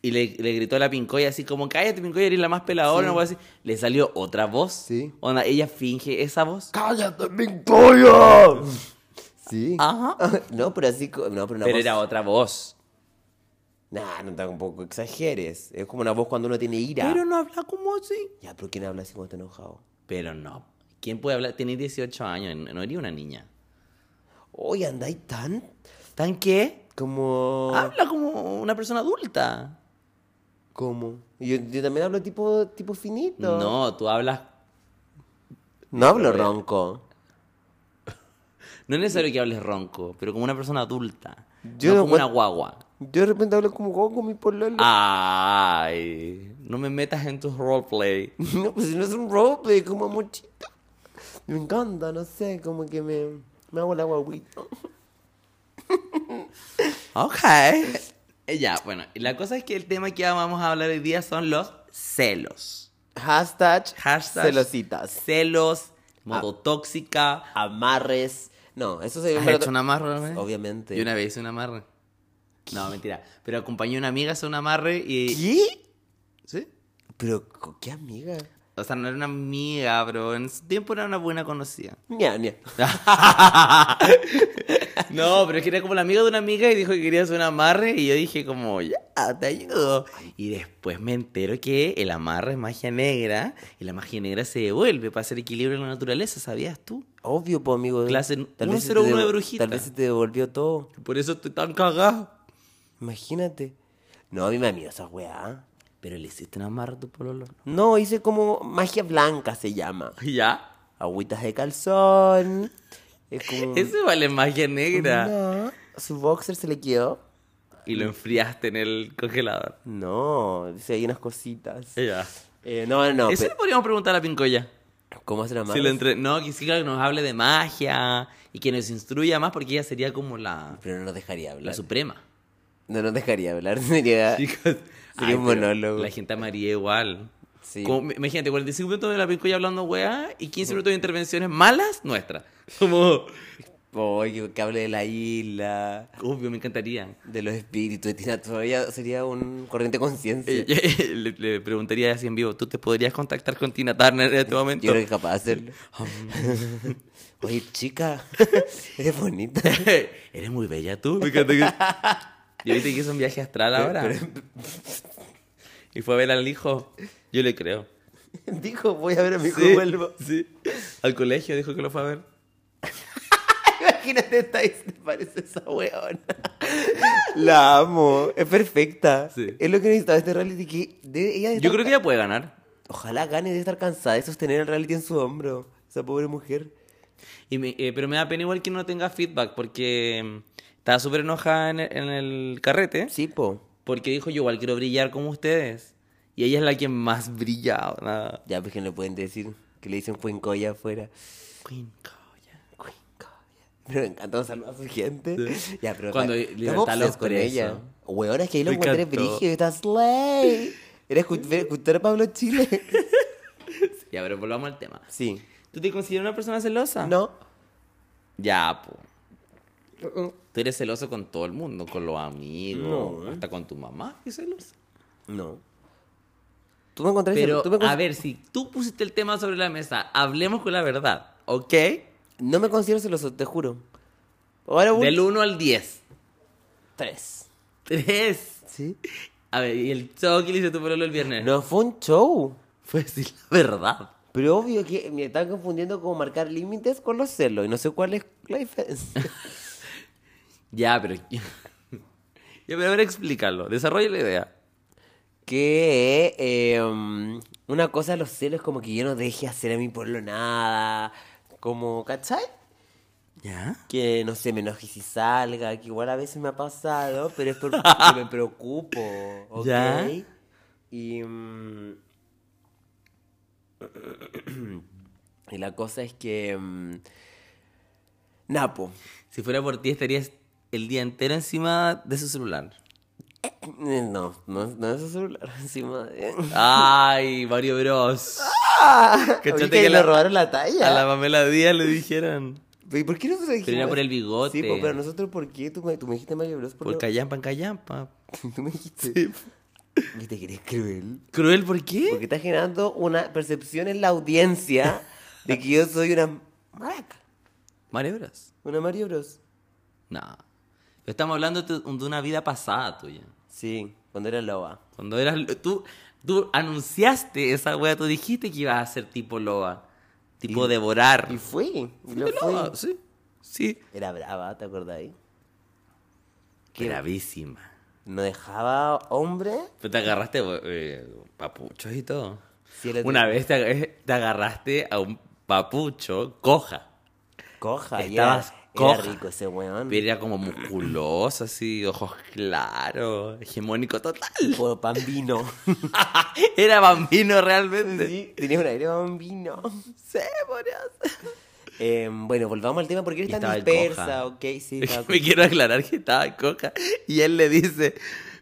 Speaker 1: Y le, le gritó a la Pincoya así como, cállate, Pincoya, eres la más peladora,
Speaker 2: Sí.
Speaker 1: no voy a decir. Le salió otra voz.
Speaker 2: Sí.
Speaker 1: Onda, ella finge esa voz.
Speaker 2: ¡Cállate, Victoria! Sí.
Speaker 1: Ajá.
Speaker 2: No, pero así... co- No, pero una
Speaker 1: Ah. Pero
Speaker 2: voz-
Speaker 1: era otra voz.
Speaker 2: Nah, no tampoco exageres. Es como una voz cuando uno tiene ira.
Speaker 1: Pero no habla como así.
Speaker 2: Ya, pero ¿quién habla así cuando está enojado?
Speaker 1: Pero no. ¿Quién puede hablar? Tienes 18 años, no no eres una niña.
Speaker 2: Hoy andáis tan.
Speaker 1: ¿Tan qué?
Speaker 2: como.
Speaker 1: Habla como una persona adulta.
Speaker 2: ¿Cómo? Yo, yo también hablo tipo, tipo finito.
Speaker 1: No, tú hablas.
Speaker 2: No hablo ronco.
Speaker 1: No es necesario que hables ronco, pero como una persona adulta.
Speaker 2: Yo
Speaker 1: no
Speaker 2: no
Speaker 1: como una
Speaker 2: encuent-
Speaker 1: guagua.
Speaker 2: Yo de repente hablo como "Oh, con mi pololo.
Speaker 1: Ay, no me metas en tus roleplay.
Speaker 2: No, pues no es un roleplay, como mochito. Me encanta, no sé, como que me, me hago la guaguita.
Speaker 1: Ok. Eh, Ya, bueno, y la cosa es que el tema que vamos a hablar hoy día son los celos.
Speaker 2: Hashtag,
Speaker 1: Hashtag
Speaker 2: celositas.
Speaker 1: Celos,
Speaker 2: Ah.
Speaker 1: modo tóxica.
Speaker 2: Amarres. No, eso se
Speaker 1: ¿Has
Speaker 2: Eh, pero-
Speaker 1: hecho un amarre? alguna vez?
Speaker 2: Obviamente.
Speaker 1: Yo una vez hice un amarre. No, mentira. Pero acompañé a una amiga a hacer un amarre y...
Speaker 2: ¿Qué?
Speaker 1: ¿Sí?
Speaker 2: Pero, co- ¿qué amiga?
Speaker 1: O sea, no era una amiga, pero en su tiempo era una buena conocida.
Speaker 2: Ña, ña.
Speaker 1: No, pero es que era como la amiga de una amiga y dijo que quería hacer un amarre y yo dije como, ya, te ayudo. Y después me entero que el amarre es magia negra y la magia negra se devuelve para hacer equilibrio en la naturaleza, ¿sabías tú?
Speaker 2: Obvio, pues, amigo.
Speaker 1: Clase
Speaker 2: vez se te
Speaker 1: 101 de
Speaker 2: devo-
Speaker 1: brujita.
Speaker 2: Tal vez se te devolvió todo.
Speaker 1: Por eso estoy tan cagado.
Speaker 2: Imagínate. No, a mí me da miedo esa weá.
Speaker 1: Pero le hiciste un amarre a tu pololo.
Speaker 2: No, hice como magia blanca se llama.
Speaker 1: ¿Ya?
Speaker 2: Agüitas de calzón. Es como.
Speaker 1: Ese vale magia negra.
Speaker 2: No, su boxer se le quedó.
Speaker 1: Y lo enfriaste en el congelador.
Speaker 2: No, dice hay unas cositas.
Speaker 1: Ya.
Speaker 2: Eh, no, no,
Speaker 1: Eso le podríamos preguntar a Pincoya.
Speaker 2: pe- ¿Cómo hacer amarres?
Speaker 1: Si lo entre- No, quisiera que nos hable de magia y que nos instruya más porque ella sería como la,
Speaker 2: Pero no nos dejaría
Speaker 1: la
Speaker 2: hablar.
Speaker 1: suprema.
Speaker 2: No nos dejaría hablar. Sería.
Speaker 1: Chicos,
Speaker 2: Sería un
Speaker 1: pero
Speaker 2: monólogo.
Speaker 1: La gente amaría igual.
Speaker 2: Sí. Mm.
Speaker 1: Como, me- imagínate, 45 minutos de la pincoya hablando weá y 15 minutos de intervenciones malas nuestras. Como,
Speaker 2: Oye, que, que hable de la isla,
Speaker 1: obvio, me encantaría.
Speaker 2: de los espíritus. Tina, todavía sería un corriente de conciencia.
Speaker 1: Eh, eh, le, le preguntaría así en vivo, ¿tú te podrías contactar con Tina Turner en este momento?
Speaker 2: Yo creo que es capaz de hacerlo. Oye, chica, eres bonita.
Speaker 1: Eres muy bella tú. Me encanta que... Yo viste que hizo un viaje astral ahora. Y fue a ver al hijo. Yo le creo.
Speaker 2: Dijo, voy a ver a mi hijo
Speaker 1: Sí,
Speaker 2: vuelvo.
Speaker 1: sí. Al colegio dijo que lo fue a ver.
Speaker 2: Imagínate, esta y se te parece esa weona. La amo, es perfecta.
Speaker 1: Sí.
Speaker 2: Es lo que necesitaba este reality. Que de- ella debe
Speaker 1: Yo
Speaker 2: estar
Speaker 1: creo que
Speaker 2: ca-
Speaker 1: ella puede ganar.
Speaker 2: Ojalá gane de estar cansada de sostener el reality en su hombro. Esa pobre mujer.
Speaker 1: Y me- eh, pero me da pena igual que no tenga feedback porque mm, estaba súper enojada en el, en el carrete
Speaker 2: Sí, po.
Speaker 1: porque dijo yo igual quiero brillar como ustedes. Y ella es la que más brilla. ¿verdad?
Speaker 2: Ya, pues que no le pueden decir que le dicen cuencoya afuera.
Speaker 1: Queen Coya.
Speaker 2: Cuencoya. Pero me encanta saludar a su gente.
Speaker 1: Sí.
Speaker 2: Ya, pero
Speaker 1: Cuando
Speaker 2: estamos
Speaker 1: libertad a los
Speaker 2: obses con
Speaker 1: presos.
Speaker 2: ella. Weona, es que ahí lo
Speaker 1: Me
Speaker 2: encontré
Speaker 1: encantó.
Speaker 2: brígido. Estás slay. Era escu- escuchar a Pablo Chile.
Speaker 1: Ya, pero volvamos al tema.
Speaker 2: Sí.
Speaker 1: ¿Tú te consideras una persona celosa?
Speaker 2: No.
Speaker 1: Ya, po. Tú eres celoso con todo el mundo, con los amigos,
Speaker 2: No. ¿eh?
Speaker 1: hasta con tu mamá. ¿Qué celosa?
Speaker 2: No. Tú me encontraste.
Speaker 1: Pero,
Speaker 2: tú me
Speaker 1: a
Speaker 2: cons-
Speaker 1: ver, si tú pusiste el tema sobre la mesa, hablemos con la verdad, ¿ok?
Speaker 2: No me considero celoso, te juro. Ahora un.
Speaker 1: Del 1 al 10.
Speaker 2: Tres.
Speaker 1: 3.
Speaker 2: ¿Sí?
Speaker 1: A ver, y el show que le hizo tu pololo el viernes.
Speaker 2: No, fue un show.
Speaker 1: Fue decir la verdad.
Speaker 2: Pero obvio que me están confundiendo como marcar límites con los celos. Y no sé cuál es la diferencia.
Speaker 1: Ya, pero. ya, pero ahora explícalo. Desarrolla la idea.
Speaker 2: que eh, um, una cosa de los celos como que yo no deje hacer a mi pueblo nada. Como, ¿cachai?
Speaker 1: ¿Ya?
Speaker 2: Que no sé, me enoje si salga, que igual a veces me ha pasado, pero es porque me preocupo, ¿ok?
Speaker 1: Ya.
Speaker 2: Y, mm, y la cosa es que... mm, Napo,
Speaker 1: Si fuera por ti, estarías el día entero encima de su celular.
Speaker 2: no, no, no es su celular encima de...
Speaker 1: ¡Ay, Mario Bros!
Speaker 2: Ah, Oye,
Speaker 1: Cachate
Speaker 2: que
Speaker 1: que
Speaker 2: le
Speaker 1: la-
Speaker 2: robaron la talla.
Speaker 1: A la Pamela Díaz le dijeron.
Speaker 2: ¿Y por qué no se lo dijimos?
Speaker 1: era por el bigote.
Speaker 2: Sí, po, pero nosotros, ¿por qué? Tú me, tú me dijiste Mario Bros. ¿por
Speaker 1: Por
Speaker 2: qué?
Speaker 1: callampa en callampa.
Speaker 2: Tú me dijiste. ¿Viste que eres cruel?
Speaker 1: ¿Cruel por qué?
Speaker 2: Porque estás generando una percepción en la audiencia de que yo soy una maraca,
Speaker 1: Mario Bros.
Speaker 2: una Mario Bros.
Speaker 1: No. Pero estamos hablando de tu- de una vida pasada tuya.
Speaker 2: Sí, cuando era loba.
Speaker 1: Cuando eras. lo- Tú, tú anunciaste esa wea, tú dijiste que ibas a ser tipo loba. Tipo devorar.
Speaker 2: Y fui, y lo
Speaker 1: Fuiste loba,
Speaker 2: fui.
Speaker 1: sí. Sí.
Speaker 2: Era brava, ¿te acordáis?
Speaker 1: Gravísima.
Speaker 2: No dejaba hombre.
Speaker 1: Pero te agarraste eh, papuchos y todo.
Speaker 2: Sí, el otro-
Speaker 1: Una vez te, ag- te agarraste a un papucho coja.
Speaker 2: Coja, y
Speaker 1: Estabas
Speaker 2: era,
Speaker 1: coja.
Speaker 2: era rico ese weón.
Speaker 1: Era como musculoso, así, ojos claros, hegemónico total.
Speaker 2: Por bambino.
Speaker 1: Era bambino realmente.
Speaker 2: sí, tenía un aire bambino.
Speaker 1: Sí, por eso.
Speaker 2: Eh, bueno, volvamos al tema porque
Speaker 1: Y
Speaker 2: eres tan
Speaker 1: estaba el
Speaker 2: dispersa,
Speaker 1: coja.
Speaker 2: ok, sí. estaba
Speaker 1: Me quiero aclarar que estaba coja. Y él le dice,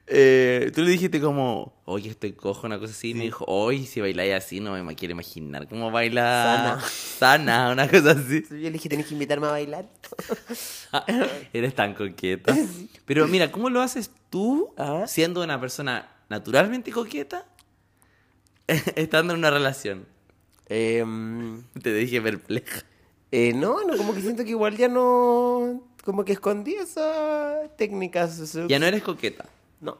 Speaker 1: eh, tú le dijiste como, oye, estoy cojo, una cosa así. Y me dijo, oye, si bailáis así, no me ma- quiero imaginar cómo baila
Speaker 2: Sana.
Speaker 1: sana, una cosa así.
Speaker 2: Yo le dije, tenés que invitarme a bailar.
Speaker 1: Eres tan coqueta. Pero mira, ¿cómo lo haces tú
Speaker 2: Ah.
Speaker 1: siendo una persona naturalmente coqueta? Estando en una relación.
Speaker 2: Eh,
Speaker 1: Te dije perpleja.
Speaker 2: eh, no, no, como que siento que igual ya no... Como que escondí esas técnicas. eso-
Speaker 1: Ya no eres coqueta.
Speaker 2: No.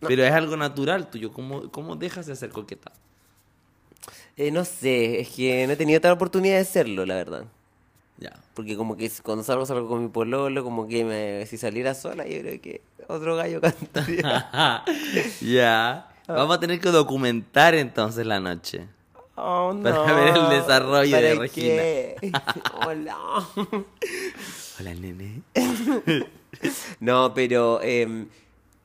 Speaker 1: Pero es algo natural tuyo. ¿Cómo, cómo dejas de ser coqueta?
Speaker 2: Eh, no sé, es que no he tenido tal oportunidad de serlo, la verdad.
Speaker 1: Ya.
Speaker 2: Porque como que cuando salgo, salgo con mi pololo, como que me- si saliera sola, yo creo que otro gallo cantaría.
Speaker 1: ya. Vamos a tener que documentar entonces la noche.
Speaker 2: Oh,
Speaker 1: Para
Speaker 2: no,
Speaker 1: ver el desarrollo
Speaker 2: ¿para
Speaker 1: de Regina.
Speaker 2: qué? Oh, Hola.
Speaker 1: Hola, nene.
Speaker 2: No, pero em,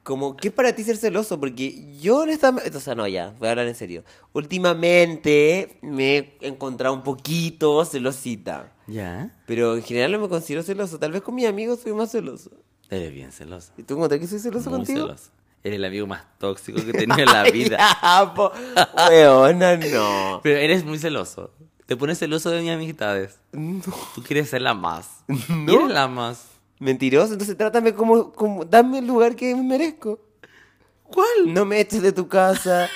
Speaker 2: como ¿qué es para ti ser celoso? Porque yo honestamente, o sea, no, ya, voy a hablar en serio. Últimamente me he encontrado un poquito celosita,
Speaker 1: Ya.
Speaker 2: pero en general no me considero celoso. Tal vez con mis amigos soy más celoso.
Speaker 1: Eres bien celosa.
Speaker 2: ¿Y tú encontrás que soy celoso
Speaker 1: Muy
Speaker 2: contigo?
Speaker 1: celosa. Eres el amigo más tóxico que he tenido en la vida.
Speaker 2: Ya, po, weona, no.
Speaker 1: Pero eres muy celoso. Te pones celoso de mis amistades. Tú quieres ser la más. No. Eres la más.
Speaker 2: Mentiroso, entonces trátame como, como, dame el lugar que merezco.
Speaker 1: ¿Cuál?
Speaker 2: No me eches de tu casa,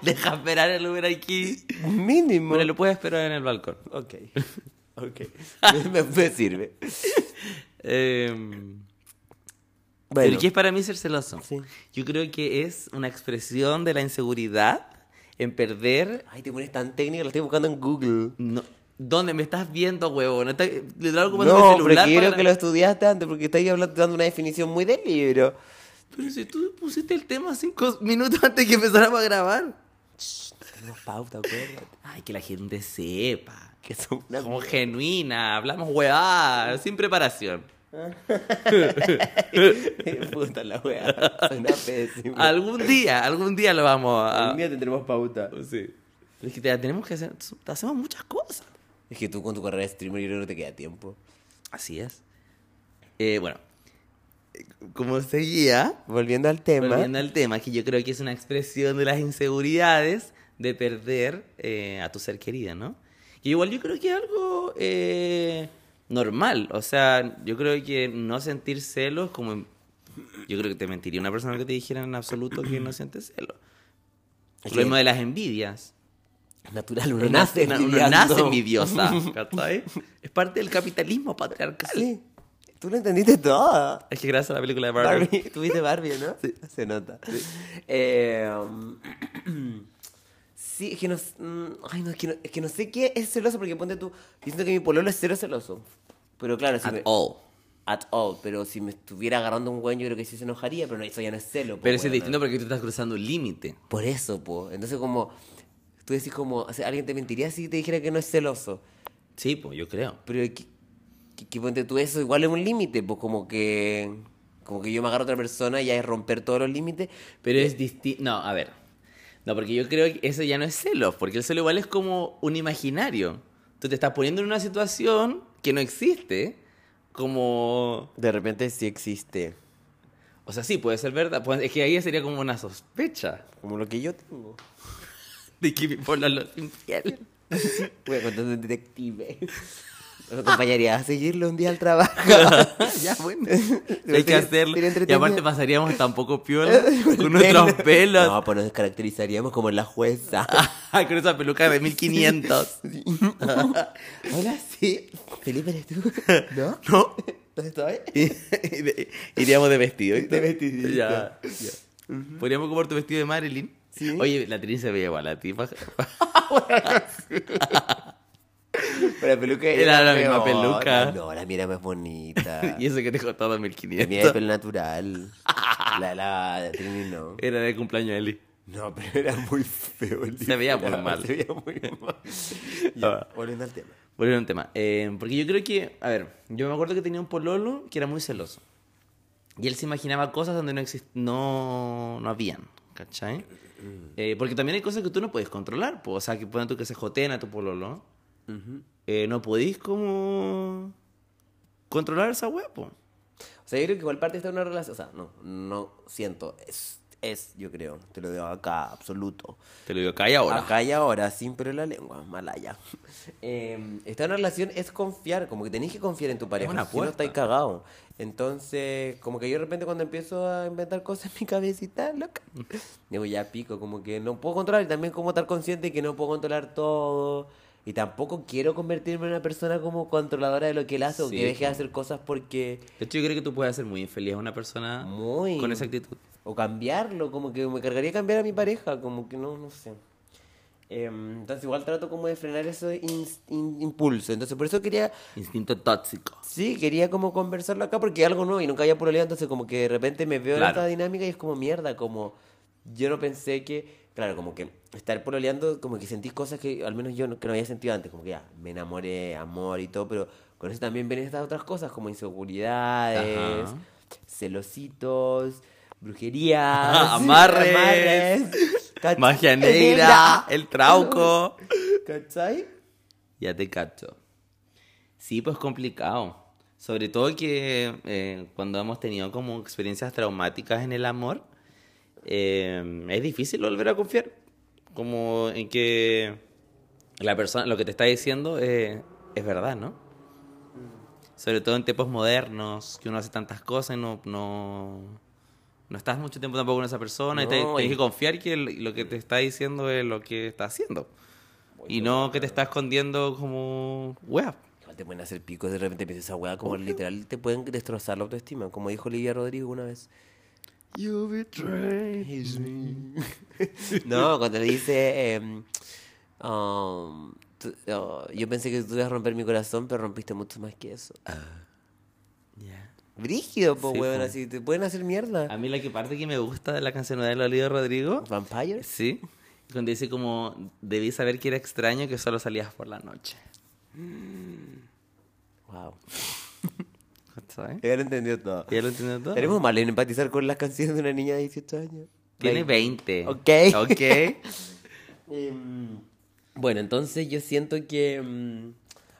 Speaker 1: Deja esperar el Uber aquí.
Speaker 2: mínimo.
Speaker 1: Bueno, lo puedes esperar en el balcón.
Speaker 2: Ok, ok, me, me sirve.
Speaker 1: Eh,
Speaker 2: Bueno,
Speaker 1: ¿Pero qué es para mí ser celoso?
Speaker 2: Sí.
Speaker 1: Yo creo que es una expresión de la inseguridad en perder...
Speaker 2: Ay, te pones tan técnica, lo estoy buscando en Google.
Speaker 1: No, ¿Dónde me estás viendo, huevón? Estás- Le estás ocupando mi
Speaker 2: No,
Speaker 1: celular
Speaker 2: prefiero
Speaker 1: para-
Speaker 2: que lo estudiaste antes porque estáis hablando, dando una definición muy del libro.
Speaker 1: Pero si tú pusiste el tema cinco minutos antes que empezáramos a grabar.
Speaker 2: Tenemos pauta, acuérdate.
Speaker 1: Ay, que la gente sepa.
Speaker 2: Que son una...
Speaker 1: Como genuina, hablamos huevada, sin preparación.
Speaker 2: Puta la wea, suena pésimo.
Speaker 1: Algún día, algún día lo vamos
Speaker 2: Un
Speaker 1: a...
Speaker 2: día tendremos pauta.
Speaker 1: Sí. Es que te- tenemos que hacer... Hacemos muchas cosas.
Speaker 2: Es que tú con tu carrera de streamer yo creo que no te queda tiempo.
Speaker 1: Así es. Eh, bueno, eh, como seguía,
Speaker 2: Volviendo al tema.
Speaker 1: volviendo al tema, que yo creo que es una expresión de las inseguridades de perder eh, a tu ser querida, ¿no? Y igual yo creo que es algo eh, normal, o sea, yo creo que no sentir celos como... Yo creo que te mentiría una persona que te dijera en absoluto que no sientes celos.
Speaker 2: Es
Speaker 1: Lo mismo
Speaker 2: que
Speaker 1: de las envidias.
Speaker 2: es natural, uno
Speaker 1: Uno
Speaker 2: nace
Speaker 1: uno
Speaker 2: envidiando.
Speaker 1: nace envidiosa. ¿cachai? Es parte del capitalismo patriarcal.
Speaker 2: Sí, tú lo entendiste todo.
Speaker 1: Es que gracias a la película de Barbie.
Speaker 2: Barbie. Tuviste Barbie, ¿no? Se nota. Eh, um, sí, es que no, s- mm, ay, no, es que no, es que no sé qué es celoso, porque ponte tú, yo siento que mi pololo es cero celoso. Pero claro, si
Speaker 1: At
Speaker 2: me-
Speaker 1: all.
Speaker 2: at all, pero si me estuviera agarrando un güey, yo creo que sí se enojaría, pero no, eso ya no es celo. po,
Speaker 1: Pero eso es
Speaker 2: weona.
Speaker 1: distinto porque tú estás cruzando un límite.
Speaker 2: Por eso, po. Entonces como, tú decís como, o sea, alguien te mentiría si te dijera que no es celoso.
Speaker 1: Sí, pues yo creo.
Speaker 2: Pero que, que- que ponte tú eso, igual es un límite, pues como que... Como que yo me agarro a otra persona y ya es romper todos los límites.
Speaker 1: Pero
Speaker 2: Eh.
Speaker 1: es distinto. No, a ver. No, porque yo creo que eso ya no es celos, porque el celo igual es como un imaginario. Tú te estás poniendo en una situación que no existe, como...
Speaker 2: De repente sí existe.
Speaker 1: O sea, sí, puede ser verdad. puede- Es que ahí sería como una sospecha
Speaker 2: Como lo que yo tengo.
Speaker 1: de que mi pueblo lo es infiel.
Speaker 2: Voy a contar un detective. Lo acompañaría a seguirlo un día al trabajo.
Speaker 1: ya, bueno.
Speaker 2: Pero
Speaker 1: Hay que
Speaker 2: sería-
Speaker 1: hacerlo.
Speaker 2: sería
Speaker 1: Y aparte
Speaker 2: entretenido.
Speaker 1: pasaríamos tampoco piola con
Speaker 2: Pelo.
Speaker 1: nuestros pelos.
Speaker 2: No, pues nos caracterizaríamos como la jueza.
Speaker 1: con esa peluca de 1500.
Speaker 2: Hola, sí. Felipe, ¿eres tú? ¿No?
Speaker 1: ¿No?
Speaker 2: ¿Dónde estoy?
Speaker 1: Y- y de- Iríamos de vestido. ¿viste?
Speaker 2: De vestido,
Speaker 1: Ya. ya. Podríamos comprar tu vestido de Marilyn.
Speaker 2: Sí.
Speaker 1: Oye, la Trini se veía igual a ti. pa-
Speaker 2: Pero la peluca
Speaker 1: Era la misma
Speaker 2: peor.
Speaker 1: peluca.
Speaker 2: No, la mía era más bonita.
Speaker 1: y eso que te costó
Speaker 2: La mía era
Speaker 1: 2500.
Speaker 2: pelo natural. La, la, la Trini no.
Speaker 1: Era de cumpleaños de Eli.
Speaker 2: No, pero era muy feo. el
Speaker 1: Se veía muy
Speaker 2: disfraz,
Speaker 1: mal.
Speaker 2: Se veía muy mal. Ya,
Speaker 1: Ah.
Speaker 2: volviendo al tema.
Speaker 1: Volviendo un tema. Eh, porque yo creo que, a ver, yo me acuerdo que tenía un pololo que era muy celoso. Y él se imaginaba cosas donde no exist no, no habían, ¿cachai?
Speaker 2: Mm.
Speaker 1: Eh, porque también hay cosas que tú no puedes controlar. po. O sea, que ponen tú que se joteen a tu pololo. Eh, no podís como controlar esa wea, po.
Speaker 2: O sea, yo creo que igual parte está en una relación. O sea, no, no siento. Es, es, yo creo. Te lo digo acá, absoluto.
Speaker 1: Te lo digo, calla ahora.
Speaker 2: Acá y ahora, sin pero en la lengua, malaya. Eh, estar en una relación es confiar, como que tenés que confiar en tu pareja,
Speaker 1: una
Speaker 2: si no
Speaker 1: apuesta.
Speaker 2: estáis cagado. Entonces, como que yo de repente cuando empiezo a inventar cosas en mi cabecita, loca, digo ya pico, como que no puedo controlar y también como estar consciente que no puedo controlar todo. Y tampoco quiero convertirme en una persona como controladora de lo que él hace o
Speaker 1: Sí,
Speaker 2: que deje de
Speaker 1: po.
Speaker 2: hacer cosas porque...
Speaker 1: De hecho, yo creo que tú puedes ser muy infeliz a una persona
Speaker 2: Muy.
Speaker 1: Ah, con esa actitud.
Speaker 2: O cambiarlo, como que me cargaría cambiar a mi pareja, como que no, no sé. Em, entonces igual trato como de frenar ese ins- in- impulso. Entonces por eso quería,
Speaker 1: Instinto tóxico.
Speaker 2: sí, quería como conversarlo acá porque es algo nuevo y nunca había pololeado, entonces como que de repente me veo en
Speaker 1: Claro.
Speaker 2: esta dinámica y es como mierda, como yo no pensé que, claro, como que estar pololeando, como que sentí cosas que al menos yo no, que no había sentido antes, como que ya, me enamoré, amor y todo, pero con eso también ven estas otras cosas como inseguridades,
Speaker 1: Ajá.
Speaker 2: celositos, brujerías,
Speaker 1: Amarres,
Speaker 2: cach-
Speaker 1: Magia negra, el trauco.
Speaker 2: ¿Cachai?
Speaker 1: Ya te cacho. Sí, pues complicado. Sobre todo que eh, cuando hemos tenido como experiencias traumáticas en el amor, eh, es difícil volver a confiar. Como en que la persona, lo que te está diciendo eh, es verdad, ¿no? Sobre todo en tiempos modernos, que uno hace tantas cosas y no, no, no estás mucho tiempo tampoco con esa persona y te-
Speaker 2: No,
Speaker 1: tienes
Speaker 2: y-
Speaker 1: que confiar que el- lo que te está diciendo es lo que está haciendo. Y no que te está escondiendo como wea.
Speaker 2: Igual te pueden hacer picos de repente piensas esa weá como literal te pueden destrozar la autoestima, como dijo Olivia Rodrigo una vez.
Speaker 1: You
Speaker 2: No, cuando le dice, em, um, tú- oh, yo pensé que tú ibas a romper mi corazón, pero rompiste mucho más que eso. Brígido, po,
Speaker 1: Ah. Sí,
Speaker 2: weón,
Speaker 1: po. Ah.
Speaker 2: así te pueden hacer mierda.
Speaker 1: A mí la que parte que me gusta de la canción de Lolido Rodrigo,
Speaker 2: Vampires.
Speaker 1: sí, cuando dice como, debí saber que era extraño que solo salías por la noche.
Speaker 2: Wow.
Speaker 1: ¿Sabes?
Speaker 2: Ya lo entendió todo.
Speaker 1: ¿Ya lo entiendo todo?
Speaker 2: Eh, Tenemos mal en empatizar con las canciones de una niña de 18 años.
Speaker 1: Tiene
Speaker 2: Veinte.
Speaker 1: 20.
Speaker 2: Ok.
Speaker 1: Ok.
Speaker 2: Em, Bueno, entonces yo siento que. em,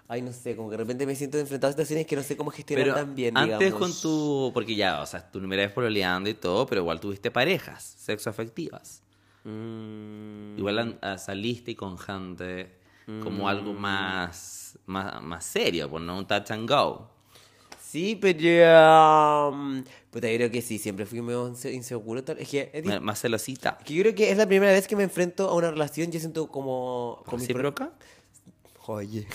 Speaker 2: ay, no sé, como que de repente me siento enfrentado a situaciones que no sé cómo gestionar
Speaker 1: Pero
Speaker 2: tan bien.
Speaker 1: antes
Speaker 2: digamos.
Speaker 1: con tu, porque ya, o sea, tu primera vez pololeando y todo, pero igual tuviste parejas sexoafectivas.
Speaker 2: Mm,
Speaker 1: Igual an- ah, saliste con gente como algo
Speaker 2: Mm.
Speaker 1: más, más, más serio, pues no un touch and go.
Speaker 2: Sí, pero. em, puta, yo creo que sí, siempre fui medio inse- inseguro. Tal. Es que es di-
Speaker 1: Ma- Más celosita.
Speaker 2: es que yo creo que es la primera vez que me enfrento a una relación. Yo siento como. Con mis pro-
Speaker 1: ¿Recíproca?
Speaker 2: Oye.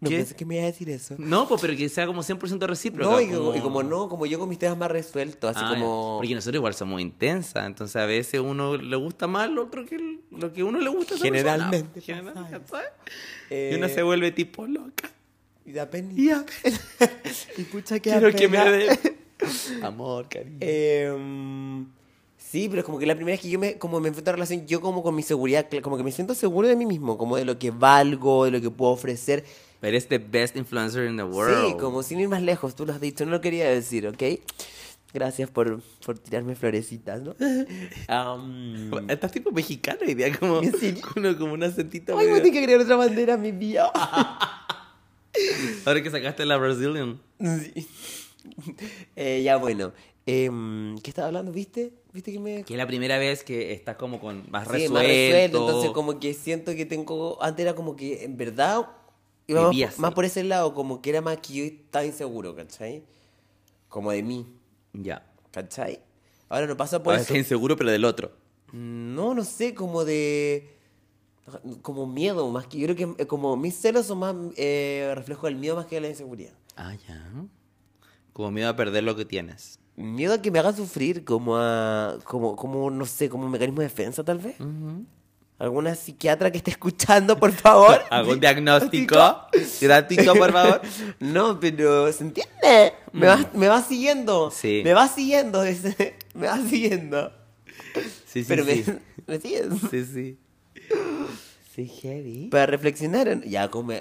Speaker 2: No
Speaker 1: ¿Qué?
Speaker 2: pensé que me iba a decir eso.
Speaker 1: No, pues, pero que sea como 100% recíproca.
Speaker 2: No, y como... y como no, como yo con mis temas más resueltos, así
Speaker 1: Ah, ya.
Speaker 2: como.
Speaker 1: Porque nosotros igual somos intensas, entonces a veces uno le gusta más lo, creo que lo que uno le gusta. a esa persona. Ah,
Speaker 2: Generalmente,
Speaker 1: Generalmente, ¿sabes?
Speaker 2: Eh,
Speaker 1: Y uno se vuelve tipo loca.
Speaker 2: Y da pena.
Speaker 1: Y a-
Speaker 2: Y pucha que
Speaker 1: quiero que me
Speaker 2: apena.
Speaker 1: dé amor, cariño.
Speaker 2: Em, sí, pero es como que la primera vez que yo me, como me enfrento a una relación, yo como con mi seguridad, cl- como que me siento seguro de mí mismo, como de lo que valgo, de lo que puedo ofrecer.
Speaker 1: Eres the best influencer in the world.
Speaker 2: Sí, como sin ir más lejos, tú lo has dicho, no lo quería decir, ¿ok? Gracias por, por tirarme florecitas, ¿no? Am,
Speaker 1: Estás tipo mexicano hoy día, como,
Speaker 2: ¿En serio?
Speaker 1: como, como un acentito.
Speaker 2: Ay,
Speaker 1: medio-
Speaker 2: me tengo que agregar otra bandera a mi vida.
Speaker 1: Ahora que sacaste la Brazilian.
Speaker 2: Sí. Eh, ya, bueno. Em, ¿Qué estaba hablando? ¿Viste? ¿Viste que me
Speaker 1: Que es la primera vez que estás como con más
Speaker 2: Sí,
Speaker 1: resuelto.
Speaker 2: más resuelto, entonces como que siento que tengo, antes era como que en verdad Iba más,
Speaker 1: Vivía
Speaker 2: por-
Speaker 1: así.
Speaker 2: más por ese lado, como que era más que yo estaba inseguro, ¿cachai? Como de mí,
Speaker 1: Ya.
Speaker 2: ¿cachai? Ahora no pasa por
Speaker 1: Ahora
Speaker 2: eso.
Speaker 1: estás inseguro, pero del otro.
Speaker 2: No, no sé, como de... Como miedo, más que... Yo creo que eh, como mis celos son más eh, reflejo del miedo más que de la inseguridad.
Speaker 1: Ah, ya. Como miedo a perder lo que tienes.
Speaker 2: Miedo a que me haga sufrir, como a... Como, como no sé, como un mecanismo de defensa, tal vez. ¿Alguna psiquiatra que esté escuchando, por favor?
Speaker 1: Hago un diagnóstico gratuito, por favor.
Speaker 2: No, pero ¿se entiende? Me va, me va siguiendo.
Speaker 1: Mm. Sí.
Speaker 2: Me va siguiendo. dice. Me va siguiendo.
Speaker 1: Sí, sí,
Speaker 2: pero
Speaker 1: sí.
Speaker 2: me, me sigues.
Speaker 1: Sí, sí. Sí, heavy.
Speaker 2: Para reflexionar. Ya, como.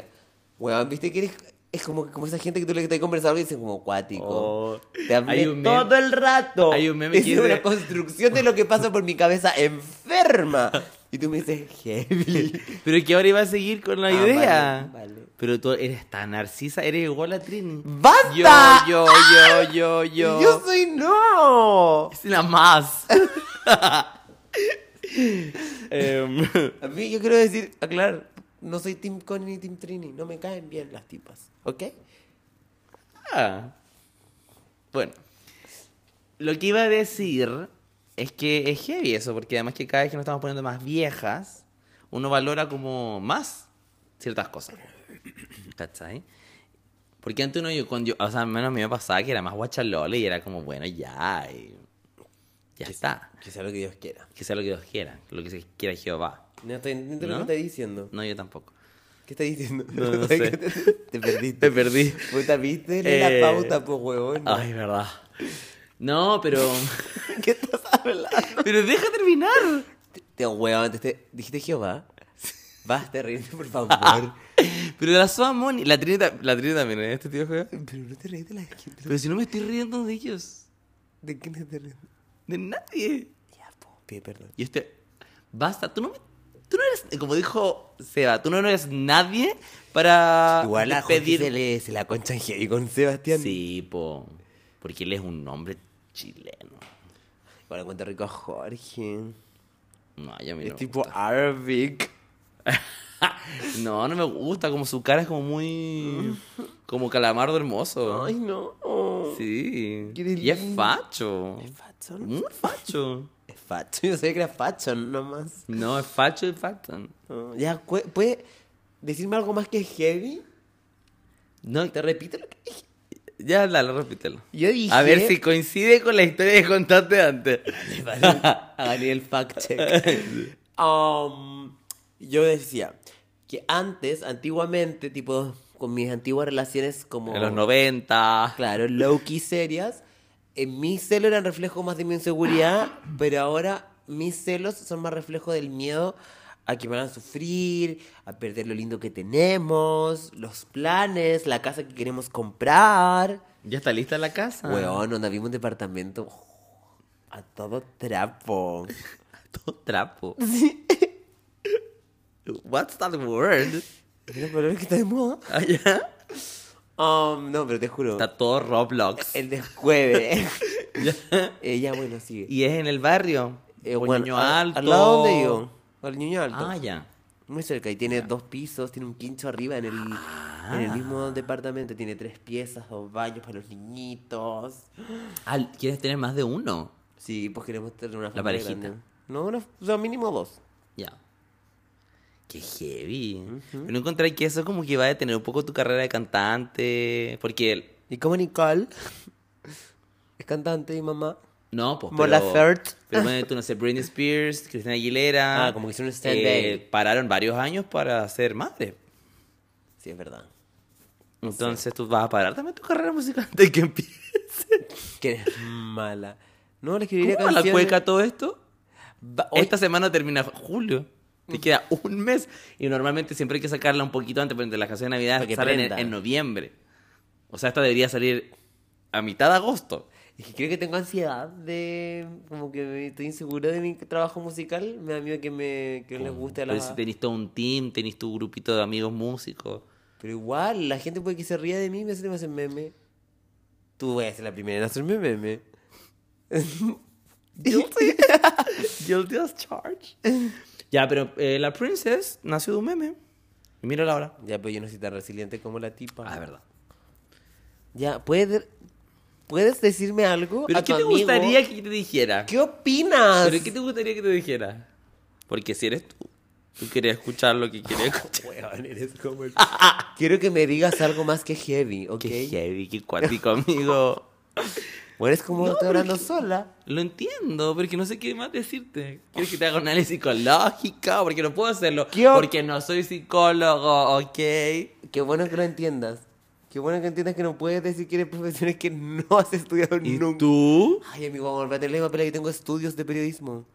Speaker 2: Weón, viste que eres. Es como, como esa gente que tú le estás conversando y dicen como cuático.
Speaker 1: Oh.
Speaker 2: Te hablé
Speaker 1: Hay un meme-
Speaker 2: todo el rato.
Speaker 1: hay un meme
Speaker 2: es
Speaker 1: que dice-
Speaker 2: una construcción de lo que pasa por mi cabeza enferma. Y tú me dices, heavy.
Speaker 1: Pero que ahora iba a seguir con la
Speaker 2: Ah,
Speaker 1: idea.
Speaker 2: vale, vale.
Speaker 1: Pero tú eres tan narcisa, eres igual a Trini.
Speaker 2: ¡Basta!
Speaker 1: Yo, yo, yo, yo, yo.
Speaker 2: Yo soy no.
Speaker 1: Es la más. Em,
Speaker 2: A mí yo quiero decir, aclarar, no soy Team Connie ni Team Trini, no me caen bien las tipas, ¿ok?
Speaker 1: ah. Bueno. Lo que iba a decir es que es heavy eso, porque además que cada vez que nos estamos poniendo más viejas, uno valora como más ciertas cosas. ¿Cachai? Porque antes uno, yo, cuando yo- o sea, al menos a mí me pasaba que era más guachalola y era como, bueno, ya, y- ya está.
Speaker 2: Que sea lo que Dios quiera.
Speaker 1: Que sea lo que Dios quiera, lo que quiera Jehová.
Speaker 2: No estoy entendiendo lo
Speaker 1: ¿No?
Speaker 2: que estás diciendo.
Speaker 1: No, yo tampoco.
Speaker 2: ¿Qué estás diciendo?
Speaker 1: No, no sé.
Speaker 2: Te, te perdiste.
Speaker 1: Te perdí.
Speaker 2: Puta, viste, lee
Speaker 1: Eh,
Speaker 2: la pauta, pues, huevón.
Speaker 1: Ay, verdad. No, pero.
Speaker 2: ¿Qué estás hablando?
Speaker 1: pero deja terminar.
Speaker 2: Te, huevón, te, te- dijiste Jehová. Basta, reírte, por favor.
Speaker 1: Pero la Soa Moni. La Trini, ta- la Trini también, ¿eh? Este tío juega.
Speaker 2: Pero no te reís de la gente.
Speaker 1: Pero si no me estoy riendo de ellos.
Speaker 2: ¿De qué no te reís?
Speaker 1: De nadie.
Speaker 2: Ya, po, pide perdón.
Speaker 1: Y este. Basta, tú no me. Tú no eres. Como dijo Seba, tú no eres nadie para.
Speaker 2: Igual a Jorge
Speaker 1: pedir-
Speaker 2: se, le, se la concha en heavy con Sebastián.
Speaker 1: Sí, po. Porque él es un hombre chileno.
Speaker 2: Igual cuenta rico a Jorge.
Speaker 1: No, yo a mí no.
Speaker 2: Es
Speaker 1: me
Speaker 2: tipo Arabic.
Speaker 1: gusta. No, no me gusta. Como su cara es como muy. Como calamardo hermoso.
Speaker 2: Ay, no.
Speaker 1: Sí.
Speaker 2: Qué
Speaker 1: Y es
Speaker 2: lindo.
Speaker 1: facho.
Speaker 2: Es facho. ¿no?
Speaker 1: Muy facho.
Speaker 2: Es facho. Yo sabía que era facho, nomás.
Speaker 1: No, es facho y facho.
Speaker 2: Ya, cu- ¿puede decirme algo más que heavy?
Speaker 1: No,
Speaker 2: Te repito lo que dije.
Speaker 1: ya dale, repítelo.
Speaker 2: Yo dije.
Speaker 1: A ver si coincide con la historia que contaste antes.
Speaker 2: Gané el fact check. Um, yo decía que antes, antiguamente, tipo, con mis antiguas relaciones como.
Speaker 1: En los 90.
Speaker 2: Claro, low-key serias. En mis celos eran reflejo más de mi inseguridad, pero ahora mis celos son más reflejo del miedo a que me hagan sufrir, a perder lo lindo que tenemos, los planes, la casa que queremos comprar.
Speaker 1: ¿Ya está lista la casa?
Speaker 2: Weón, donde vimos un departamento oh, a todo trapo.
Speaker 1: Todo trapo. What's that word?
Speaker 2: Mira los colores que está de moda.
Speaker 1: Ah, ya.
Speaker 2: Um, no, pero te juro.
Speaker 1: Está todo Roblox.
Speaker 2: El descueve. Eh, ya, bueno, sigue.
Speaker 1: Y es en el barrio.
Speaker 2: Eh,
Speaker 1: Con
Speaker 2: bueno,
Speaker 1: Niño
Speaker 2: a-
Speaker 1: alto.
Speaker 2: Al lado donde yo. Al niño alto.
Speaker 1: Ah, ya.
Speaker 2: Muy cerca. Y tiene dos pisos, tiene un quincho arriba en el, en el
Speaker 1: Ah.
Speaker 2: mismo departamento. Tiene tres piezas, dos baños para los niñitos.
Speaker 1: Ah, ¿quieres tener más de uno?
Speaker 2: Sí, pues queremos tener una
Speaker 1: La
Speaker 2: familia
Speaker 1: parejita.
Speaker 2: grande. No, una, o sea, mínimo dos.
Speaker 1: Ya. Qué heavy. Pero encontré que eso como que va a detener un poco tu carrera de cantante. Porque el-
Speaker 2: Y como Nicole es cantante y mamá.
Speaker 1: No, pues.
Speaker 2: Mon Laferte.
Speaker 1: Pero bueno, tú no sé, Britney Spears, Cristina Aguilera.
Speaker 2: Ah, como que hicieron un stand
Speaker 1: eh,
Speaker 2: day.
Speaker 1: Pararon varios años para ser madre.
Speaker 2: Sí, es verdad.
Speaker 1: Entonces tú vas a parar también tu carrera musical antes que empiece.
Speaker 2: Que eres mala. No, le escribiría
Speaker 1: ¿Cómo va la
Speaker 2: canciones.
Speaker 1: cueca todo esto?
Speaker 2: Va- hoy-
Speaker 1: Esta semana termina julio. Te queda un mes. Y normalmente siempre hay que sacarla un poquito antes, porque las canciones de
Speaker 2: Para
Speaker 1: Navidad
Speaker 2: que
Speaker 1: salen en,
Speaker 2: prenda.
Speaker 1: en noviembre. O sea, esta debería salir a mitad de agosto.
Speaker 2: Es que creo que tengo ansiedad de... Como que me- estoy insegura de mi trabajo musical. Me da miedo que, me, que no les guste a la...
Speaker 1: Pero si tenés todo un team, tenés tu grupito de amigos músicos.
Speaker 2: Pero igual, la gente puede que se ría de mí y me hace me hacen meme. Tú voy a ser la primera en hacerme meme.
Speaker 1: Guilty. Guilty as charged. ya, pero eh, la Princess nació de un meme. Y mira la hora.
Speaker 2: Ya, pero yo no soy tan resiliente como la tipa.
Speaker 1: Ah, es verdad.
Speaker 2: Ya, ¿puedes, ¿puedes decirme algo?
Speaker 1: ¿Pero
Speaker 2: a
Speaker 1: qué
Speaker 2: tu
Speaker 1: te
Speaker 2: amigo?
Speaker 1: gustaría que te dijera?
Speaker 2: ¿Qué opinas?
Speaker 1: ¿Pero qué te gustaría que te dijera? Porque si eres tú, tú querías escuchar lo
Speaker 2: Ah,
Speaker 1: que querías escuchar.
Speaker 2: Weón, eres como el- Ah, Quiero que me digas algo más que heavy, ¿ok?
Speaker 1: Qué heavy, qué cuático, amigo.
Speaker 2: Bueno, es como estoy hablando sola.
Speaker 1: Lo entiendo, porque no sé qué más decirte. ¿Quieres que te haga un análisis psicológico? Porque no puedo hacerlo.
Speaker 2: ¿Qué o-
Speaker 1: Porque no soy psicólogo, ¿ok?
Speaker 2: Qué bueno que lo entiendas. Qué bueno que entiendas que no puedes decir que eres profesional que no has estudiado
Speaker 1: ¿Y
Speaker 2: nunca.
Speaker 1: tú?
Speaker 2: Ay, amigo, vamos a volver a tener la misma pelea que tengo estudios de periodismo.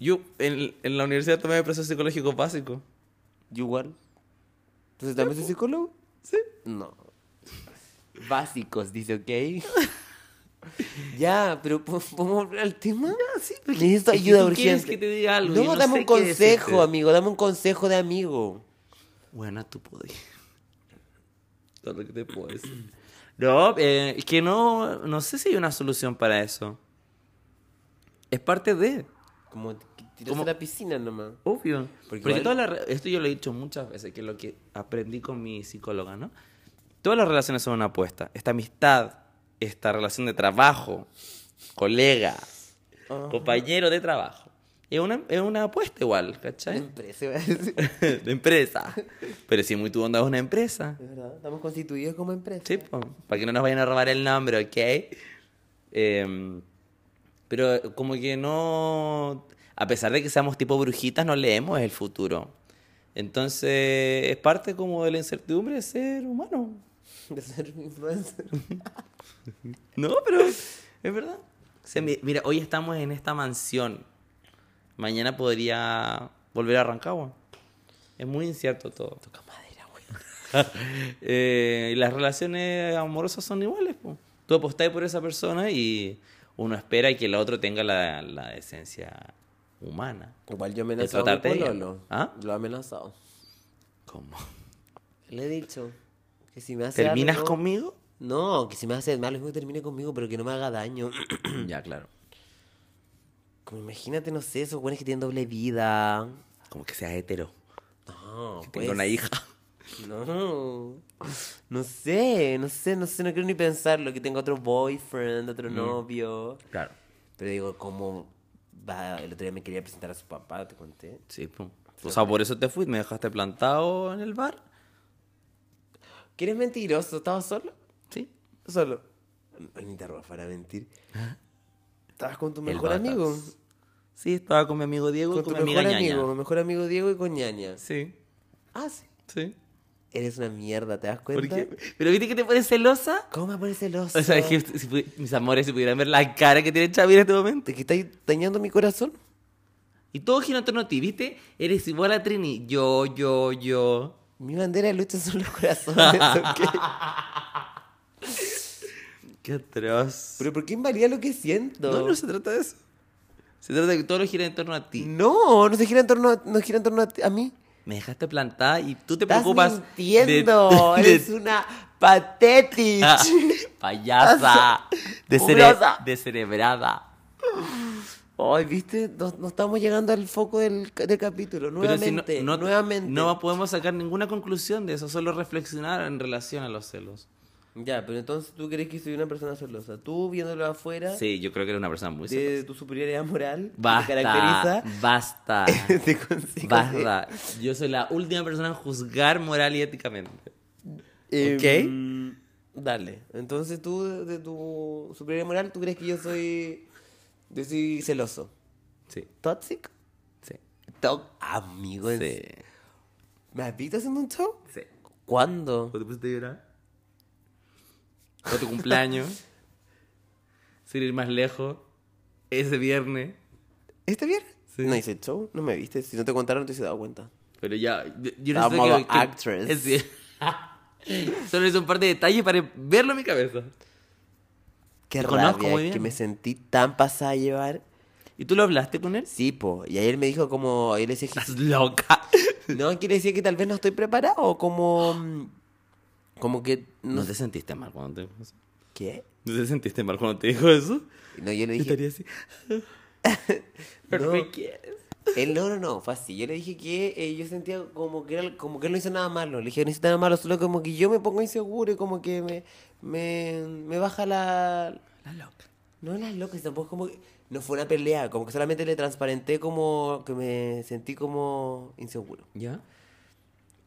Speaker 1: Yo en, en la universidad tomé proceso psicológico básico.
Speaker 2: ¿Yo igual? ¿Entonces también soy psicólogo?
Speaker 1: Sí.
Speaker 2: No. Básicos, dice, ¿ok? ya, pero ¿po- ¿podemos volver al tema? sí, Necesito
Speaker 1: pues, es que
Speaker 2: ayuda
Speaker 1: tú quieres
Speaker 2: urgente.
Speaker 1: que te diga algo y
Speaker 2: No,
Speaker 1: yo no
Speaker 2: dame
Speaker 1: sé
Speaker 2: un
Speaker 1: qué
Speaker 2: consejo,
Speaker 1: decirte.
Speaker 2: amigo, dame un consejo de amigo.
Speaker 1: Bueno, tú podías. Todo lo que te puedo decir. No, eh, es que no, no sé si hay una solución para eso. Es parte de,
Speaker 2: Como t- que tirarse
Speaker 1: Como-
Speaker 2: a la piscina nomás.
Speaker 1: obvio.
Speaker 2: Porque
Speaker 1: Porque,
Speaker 2: igual-
Speaker 1: todas las re- esto yo lo he dicho muchas veces, que es lo que aprendí con mi psicóloga, ¿no? Todas las relaciones son una apuesta. Esta amistad, esta relación de trabajo, colega, Ah. compañero de trabajo. Es una, es una apuesta igual,
Speaker 2: La
Speaker 1: ¿cachai?
Speaker 2: empresa, iba a decir.
Speaker 1: de empresa. Pero si muy tu onda es una empresa.
Speaker 2: Es verdad, estamos constituidos como empresa.
Speaker 1: Sí, para que no nos vayan a robar el nombre, ¿ok? Em, pero como que no... A pesar de que seamos tipo brujitas, no leemos el futuro. Entonces, es parte como de la incertidumbre de ser humano.
Speaker 2: De ser un influencer.
Speaker 1: No, pero es verdad. Se me- mira, hoy estamos en esta mansión. Mañana podría volver a Rancagua. Es muy incierto todo.
Speaker 2: Toca madera, güey.
Speaker 1: Eh, y las relaciones amorosas son iguales. po. Tú apostás por esa persona y uno espera que el otro tenga la, la esencia humana.
Speaker 2: Igual yo he amenazado a mi
Speaker 1: tratarte bien.
Speaker 2: pololo.
Speaker 1: ¿Ah?
Speaker 2: Lo he amenazado.
Speaker 1: ¿Cómo?
Speaker 2: Le he dicho que si me hace
Speaker 1: ¿Terminas
Speaker 2: algo-
Speaker 1: conmigo?
Speaker 2: No, que si me hace mal, es que termine conmigo, pero que no me haga daño.
Speaker 1: ya, claro.
Speaker 2: Como imagínate, no sé, esos güeyes que tienen doble vida.
Speaker 1: Como que seas hetero.
Speaker 2: No,
Speaker 1: Que
Speaker 2: pues.
Speaker 1: tenga una hija.
Speaker 2: No. No sé, no sé, no sé, no quiero ni pensarlo. Que tenga otro boyfriend, otro novio.
Speaker 1: Claro.
Speaker 2: Mm. Pero digo, ¿cómo va? El otro día me quería presentar a su papá, te conté.
Speaker 1: Sí, po. O sea, por eso te fuiste. Me dejaste plantado en el bar.
Speaker 2: ¿Que eres mentiroso? ¿Estabas solo?
Speaker 1: Sí.
Speaker 2: Solo. Anita Roa, para mentir. Estabas con tu
Speaker 1: El
Speaker 2: mejor
Speaker 1: Batas.
Speaker 2: amigo.
Speaker 1: Sí, estaba con mi amigo Diego y
Speaker 2: Con
Speaker 1: con
Speaker 2: tu
Speaker 1: mi amiga
Speaker 2: mejor
Speaker 1: Ñaña.
Speaker 2: amigo, mi mejor amigo Diego y con ñaña.
Speaker 1: Sí,
Speaker 2: Ah, sí.
Speaker 1: sí.
Speaker 2: Eres una mierda, ¿te das
Speaker 1: ¿Por
Speaker 2: cuenta?
Speaker 1: qué? ¿Pero viste que te pones celosa?
Speaker 2: ¿Cómo me pones celoso?
Speaker 1: O sea, es que si pudi- mis amores, si pudieran ver la cara que tiene Xavi en este momento.
Speaker 2: ¿Te que estás dañando mi corazón?
Speaker 1: Y todo gira en torno a ti, ¿viste? Eres igual a Trini. Yo, yo, yo.
Speaker 2: Mi bandera de lucha son los corazones, ¿ok?
Speaker 1: Qué atroz.
Speaker 2: ¿Pero por qué invalida lo que siento?
Speaker 1: No, no se trata de eso. Se trata de que todo lo gira en torno a ti.
Speaker 2: No, no se gira en torno a, no gira en torno a, ti- a mí.
Speaker 1: Me dejaste plantada y tú te
Speaker 2: Estás
Speaker 1: preocupas.
Speaker 2: mintiendo.
Speaker 1: De, Ah. de-
Speaker 2: Eres una patética.
Speaker 1: payasa. De, cere-
Speaker 2: Jubilosa.
Speaker 1: descerebrada.
Speaker 2: Ay, viste, no, no estamos llegando al foco del, ca- del capítulo.
Speaker 1: Pero si
Speaker 2: Nuevamente,
Speaker 1: no, no,
Speaker 2: nuevamente.
Speaker 1: no podemos sacar ninguna conclusión de eso, solo reflexionar en relación a los celos.
Speaker 2: Ya, pero entonces tú crees que soy una persona celosa. Tú viéndolo afuera,
Speaker 1: Sí, yo creo que eres una persona muy celosa.
Speaker 2: de tu superioridad moral, que te
Speaker 1: Basta,
Speaker 2: caracteriza,
Speaker 1: basta,
Speaker 2: te consigo-
Speaker 1: basta. Yo soy la última persona en juzgar moral y éticamente.
Speaker 2: Em, Dale. Entonces tú, de, de tu superioridad moral, tú crees que yo soy. Yo soy celoso.
Speaker 1: Sí,
Speaker 2: ¿Tóxico?
Speaker 1: sí,
Speaker 2: Tó- Amigo, en-
Speaker 1: sí,
Speaker 2: ¿me has visto haciendo un show?
Speaker 1: sí.
Speaker 2: ¿Cuándo?
Speaker 1: ¿O te pusiste a llorar? ¿O tu cumpleaños? Sin ir más lejos. Ese viernes.
Speaker 2: ¿Este viernes?
Speaker 1: Sí.
Speaker 2: No hice show, no me viste. Si no te contaron, no te hubiese dado cuenta.
Speaker 1: Pero ya, yo, yo
Speaker 2: La
Speaker 1: no sé
Speaker 2: modo
Speaker 1: qué- qué-
Speaker 2: actress.
Speaker 1: es decir, Solo hice un par de detalles para verlo en mi cabeza.
Speaker 2: Qué
Speaker 1: Te
Speaker 2: rabia,
Speaker 1: conozco muy
Speaker 2: que
Speaker 1: bien.
Speaker 2: me sentí tan pasada a llevar.
Speaker 1: ¿Y tú lo hablaste con él?
Speaker 2: Sí, po. Y ayer me dijo como, ayer le decía
Speaker 1: Estás loca.
Speaker 2: que, no, quiere decir que tal vez no estoy preparado, como, mm, como que, no,
Speaker 1: ¿No te sentiste mal cuando te dijo eso?
Speaker 2: ¿qué?
Speaker 1: ¿No te sentiste mal cuando te dijo eso?
Speaker 2: No, yo le
Speaker 1: Yo
Speaker 2: dije,
Speaker 1: estaría así.
Speaker 2: no,
Speaker 1: quieres.
Speaker 2: Él, no, no, no, fue así. Yo le dije que eh, yo sentía como que, era, como que él no hizo nada malo. Le dije, no hice nada malo, solo como que yo me pongo inseguro y como que me, me, me baja la...
Speaker 1: La loca.
Speaker 2: No las locas, tampoco es como que... No fue una pelea, como que solamente le transparenté como que me sentí como inseguro.
Speaker 1: ¿Ya?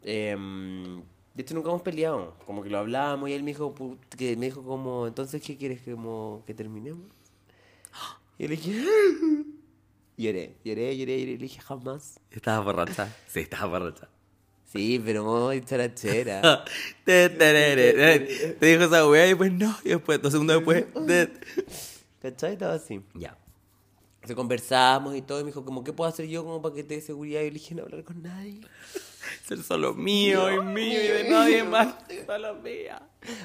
Speaker 2: Em, de hecho, nunca hemos peleado. Como que lo hablábamos y él me dijo, pu- que me dijo como, entonces, ¿qué quieres que, como, que terminemos? Y yo le dije, lloré, lloré, lloré, lloré. Y le dije, jamás.
Speaker 1: ¿Estabas borracha? Sí, estabas borracha.
Speaker 2: Sí, pero muy charachera.
Speaker 1: Te, te, te, te, te. Te dijo esa weá y después no. Y después, dos segundos después. te.
Speaker 2: ¿Cachai? Estaba así.
Speaker 1: Ya.
Speaker 2: Entonces conversamos y todo. Y me dijo, como, ¿qué puedo hacer yo como para que te dé seguridad? Y yo le dije, no hablar con nadie.
Speaker 1: Ser solo mío y mío y de nadie más. Solo mía.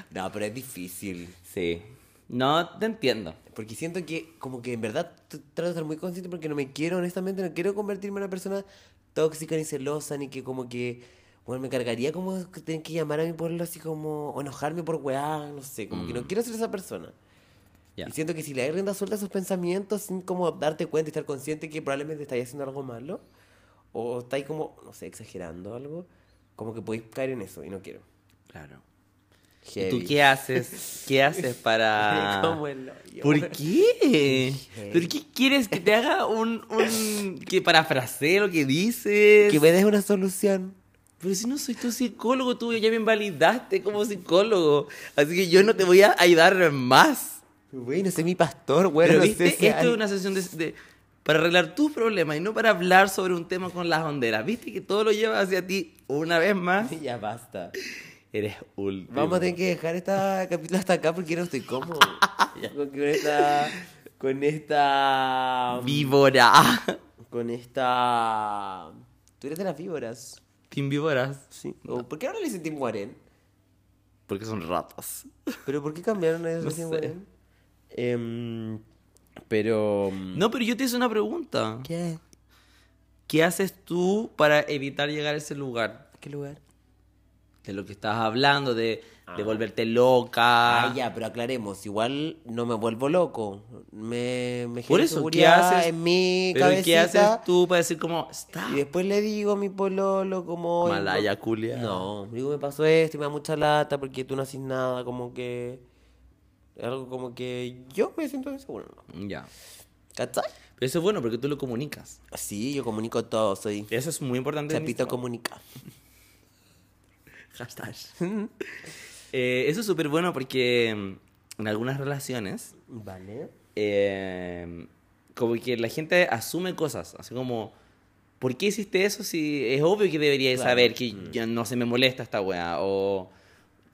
Speaker 2: No, pero es difícil.
Speaker 1: Sí. No te entiendo.
Speaker 2: Porque siento que, como que en verdad t- trato de ser muy consciente porque no me quiero, honestamente, no quiero convertirme en una persona tóxica ni celosa, ni que como que, bueno, me cargaría como que tener que llamar a mi pueblo así como, o enojarme por weá, no sé, como que no quiero ser esa persona.
Speaker 1: Ya.
Speaker 2: Y siento que si le das rienda suelta a sus pensamientos sin como darte cuenta y estar consciente que probablemente estáis haciendo algo malo, o estáis como, no sé, exagerando algo, como que podéis caer en eso y no quiero.
Speaker 1: Claro. ¿Y
Speaker 2: Heavy.
Speaker 1: tú qué haces? ¿Qué haces para...?
Speaker 2: Como el hoyo.
Speaker 1: ¿Por qué? ¿Por qué quieres que te haga un... un... que parafrasee lo que dices?
Speaker 2: Que me des una solución.
Speaker 1: Pero si no soy tu psicólogo, tú ya me invalidaste como psicólogo. Así que yo no te voy a ayudar más.
Speaker 2: Güey, no sé mi pastor, güey.
Speaker 1: Pero
Speaker 2: no
Speaker 1: viste,
Speaker 2: sé si
Speaker 1: esto
Speaker 2: hay-
Speaker 1: es una sesión de, de- para arreglar tus problemas y no para hablar sobre un tema con las banderas. Viste que todo lo lleva hacia ti una vez más.
Speaker 2: Ya basta.
Speaker 1: Eres último.
Speaker 2: Vamos a tener que dejar esta capítulo hasta acá porque no estoy cómodo. con, con esta. Con esta.
Speaker 1: Víbora.
Speaker 2: Con esta. Tú eres de las víboras.
Speaker 1: Team víboras.
Speaker 2: Sí. O, ¿Por qué ahora le dicen Team Guarén?
Speaker 1: Porque son ratas.
Speaker 2: ¿Pero por qué cambiaron eso
Speaker 1: No
Speaker 2: de Team
Speaker 1: sé.
Speaker 2: Guarén? Em, pero. mm,
Speaker 1: No, pero yo te hice una pregunta. ¿Qué,
Speaker 2: ¿Qué?
Speaker 1: haces tú para evitar llegar a ese lugar?
Speaker 2: ¿Qué lugar?
Speaker 1: De lo que estabas hablando, de, de volverte loca.
Speaker 2: Ah, ya, pero aclaremos, igual no me vuelvo loco. Me, me genera
Speaker 1: Por eso, ¿qué
Speaker 2: seguridad
Speaker 1: haces?
Speaker 2: en mi
Speaker 1: Pero ¿y ¿qué
Speaker 2: cabecita.
Speaker 1: haces tú para decir como, está?
Speaker 2: Y después le digo a mi pololo como... oye,
Speaker 1: Malaya,
Speaker 2: po-
Speaker 1: culia.
Speaker 2: No, digo, me pasó esto y me da mucha lata porque tú no haces nada, como que... Algo como que yo me siento inseguro, ¿no?
Speaker 1: Ya.
Speaker 2: ¿Cachai?
Speaker 1: Pero eso es bueno porque tú lo comunicas.
Speaker 2: Sí, yo comunico todo, soy
Speaker 1: Eso es muy importante. en
Speaker 2: chapito
Speaker 1: Instagram.
Speaker 2: comunica.
Speaker 1: Hashtag. Eh, eso es súper bueno porque mm, en algunas relaciones,
Speaker 2: Vale.
Speaker 1: eh, como que la gente asume cosas. Así como, ¿por qué hiciste eso si es obvio que deberías
Speaker 2: Claro.
Speaker 1: saber que yo- no se me molesta esta weá? O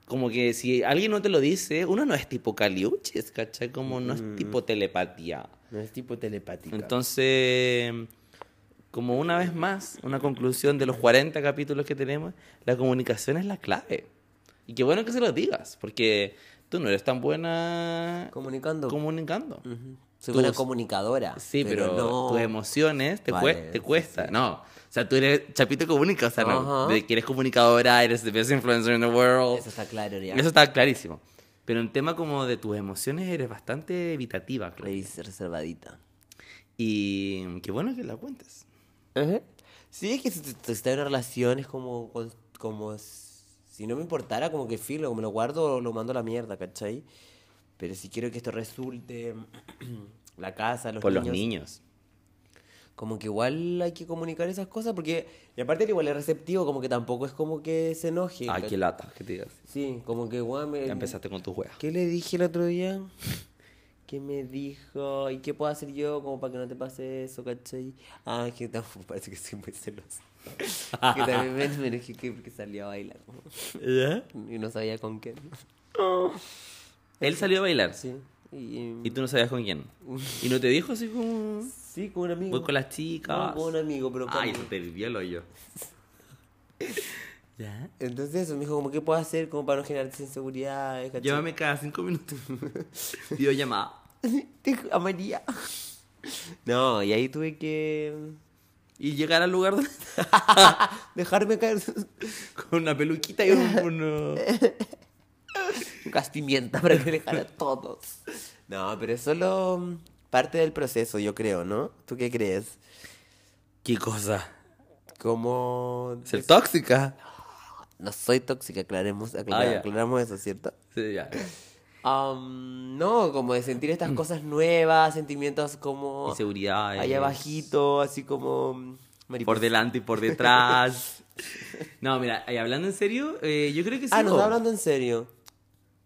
Speaker 1: como que si alguien no te lo dice, uno no es tipo caliuches, ¿cachai? Como no es tipo telepatía.
Speaker 2: No es tipo telepática.
Speaker 1: Entonces, como una vez más, una conclusión de los 40 capítulos que tenemos, la comunicación es la clave. Y qué bueno que se lo digas, porque tú no eres tan buena
Speaker 2: Comunicando.
Speaker 1: comunicando.
Speaker 2: Ujú. Soy
Speaker 1: Tus-
Speaker 2: una comunicadora.
Speaker 1: Sí, pero,
Speaker 2: no.
Speaker 1: tus emociones te, cue-
Speaker 2: Vale,
Speaker 1: te
Speaker 2: sí,
Speaker 1: cuesta. No, o sea, tú eres chapito comunica, o sea, no,
Speaker 2: Ajá.
Speaker 1: de que eres comunicadora, eres the best influencer in the world.
Speaker 2: Eso está claro ya.
Speaker 1: Eso está clarísimo. Pero en tema como de tus emociones eres bastante evitativa, Claudia.
Speaker 2: Reis- reservadita.
Speaker 1: Y qué bueno que la cuentes.
Speaker 2: Ajá. Sí, es que si te- te está en una relación es como, con- como s- si no me importara, como que filo, me lo guardo o lo mando a la mierda, ¿cachai? Pero si quiero que esto resulte, la casa, los
Speaker 1: Por
Speaker 2: niños,
Speaker 1: los niños.
Speaker 2: como que igual hay que comunicar esas cosas, porque, y aparte él igual es receptivo, como que tampoco es como que se enoje.
Speaker 1: Ah,
Speaker 2: ¿cach-
Speaker 1: qué lata, que te digas.
Speaker 2: Sí, como que, guau, me-
Speaker 1: Ya empezaste con tus weas.
Speaker 2: ¿Qué le dije el otro día? ¿Qué me dijo? ¿Y qué puedo hacer yo como para que no te pase eso, cachai? Ah, es que tampoco parece que soy muy celoso. que también me, me enojé que porque salía a bailar.
Speaker 1: ¿Eh?
Speaker 2: Y no sabía con quién.
Speaker 1: Él salió a bailar.
Speaker 2: Sí. Y,
Speaker 1: Y tú no sabías con quién. Y no te dijo así como.
Speaker 2: Sí, con un amigo.
Speaker 1: Voy con las chicas.
Speaker 2: No, con un amigo, pero con-
Speaker 1: Ay, se te vivió el hoyo. ¿Ya?
Speaker 2: Entonces eso, me dijo, como, ¿qué puedo hacer como para no generarte inseguridades, cachai?
Speaker 1: Llámame cada cinco minutos. Dios llamada.
Speaker 2: Dijo, a María. No, y ahí tuve que
Speaker 1: Y llegar al lugar donde-
Speaker 2: dejarme caer
Speaker 1: con una peluquita y un. uno-
Speaker 2: gas pimienta para que dejara a todos. mm, No, pero es solo parte del proceso, yo creo, ¿no? ¿Tú qué crees?
Speaker 1: ¿Qué cosa?
Speaker 2: Como...
Speaker 1: Ser tóxica.
Speaker 2: No soy tóxica, aclaremos, aclara-
Speaker 1: Ah, ya.
Speaker 2: aclaramos eso, ¿cierto?
Speaker 1: Sí, ya.
Speaker 2: Am, no, como de sentir
Speaker 1: Mm.
Speaker 2: estas cosas nuevas, sentimientos como
Speaker 1: Inseguridad.
Speaker 2: allá abajito, así como mm,
Speaker 1: eh, Por
Speaker 2: mariposas.
Speaker 1: delante y por detrás. No, mira, y hablando en serio, eh, yo creo que sí.
Speaker 2: Ah, nos
Speaker 1: po.
Speaker 2: está hablando en serio.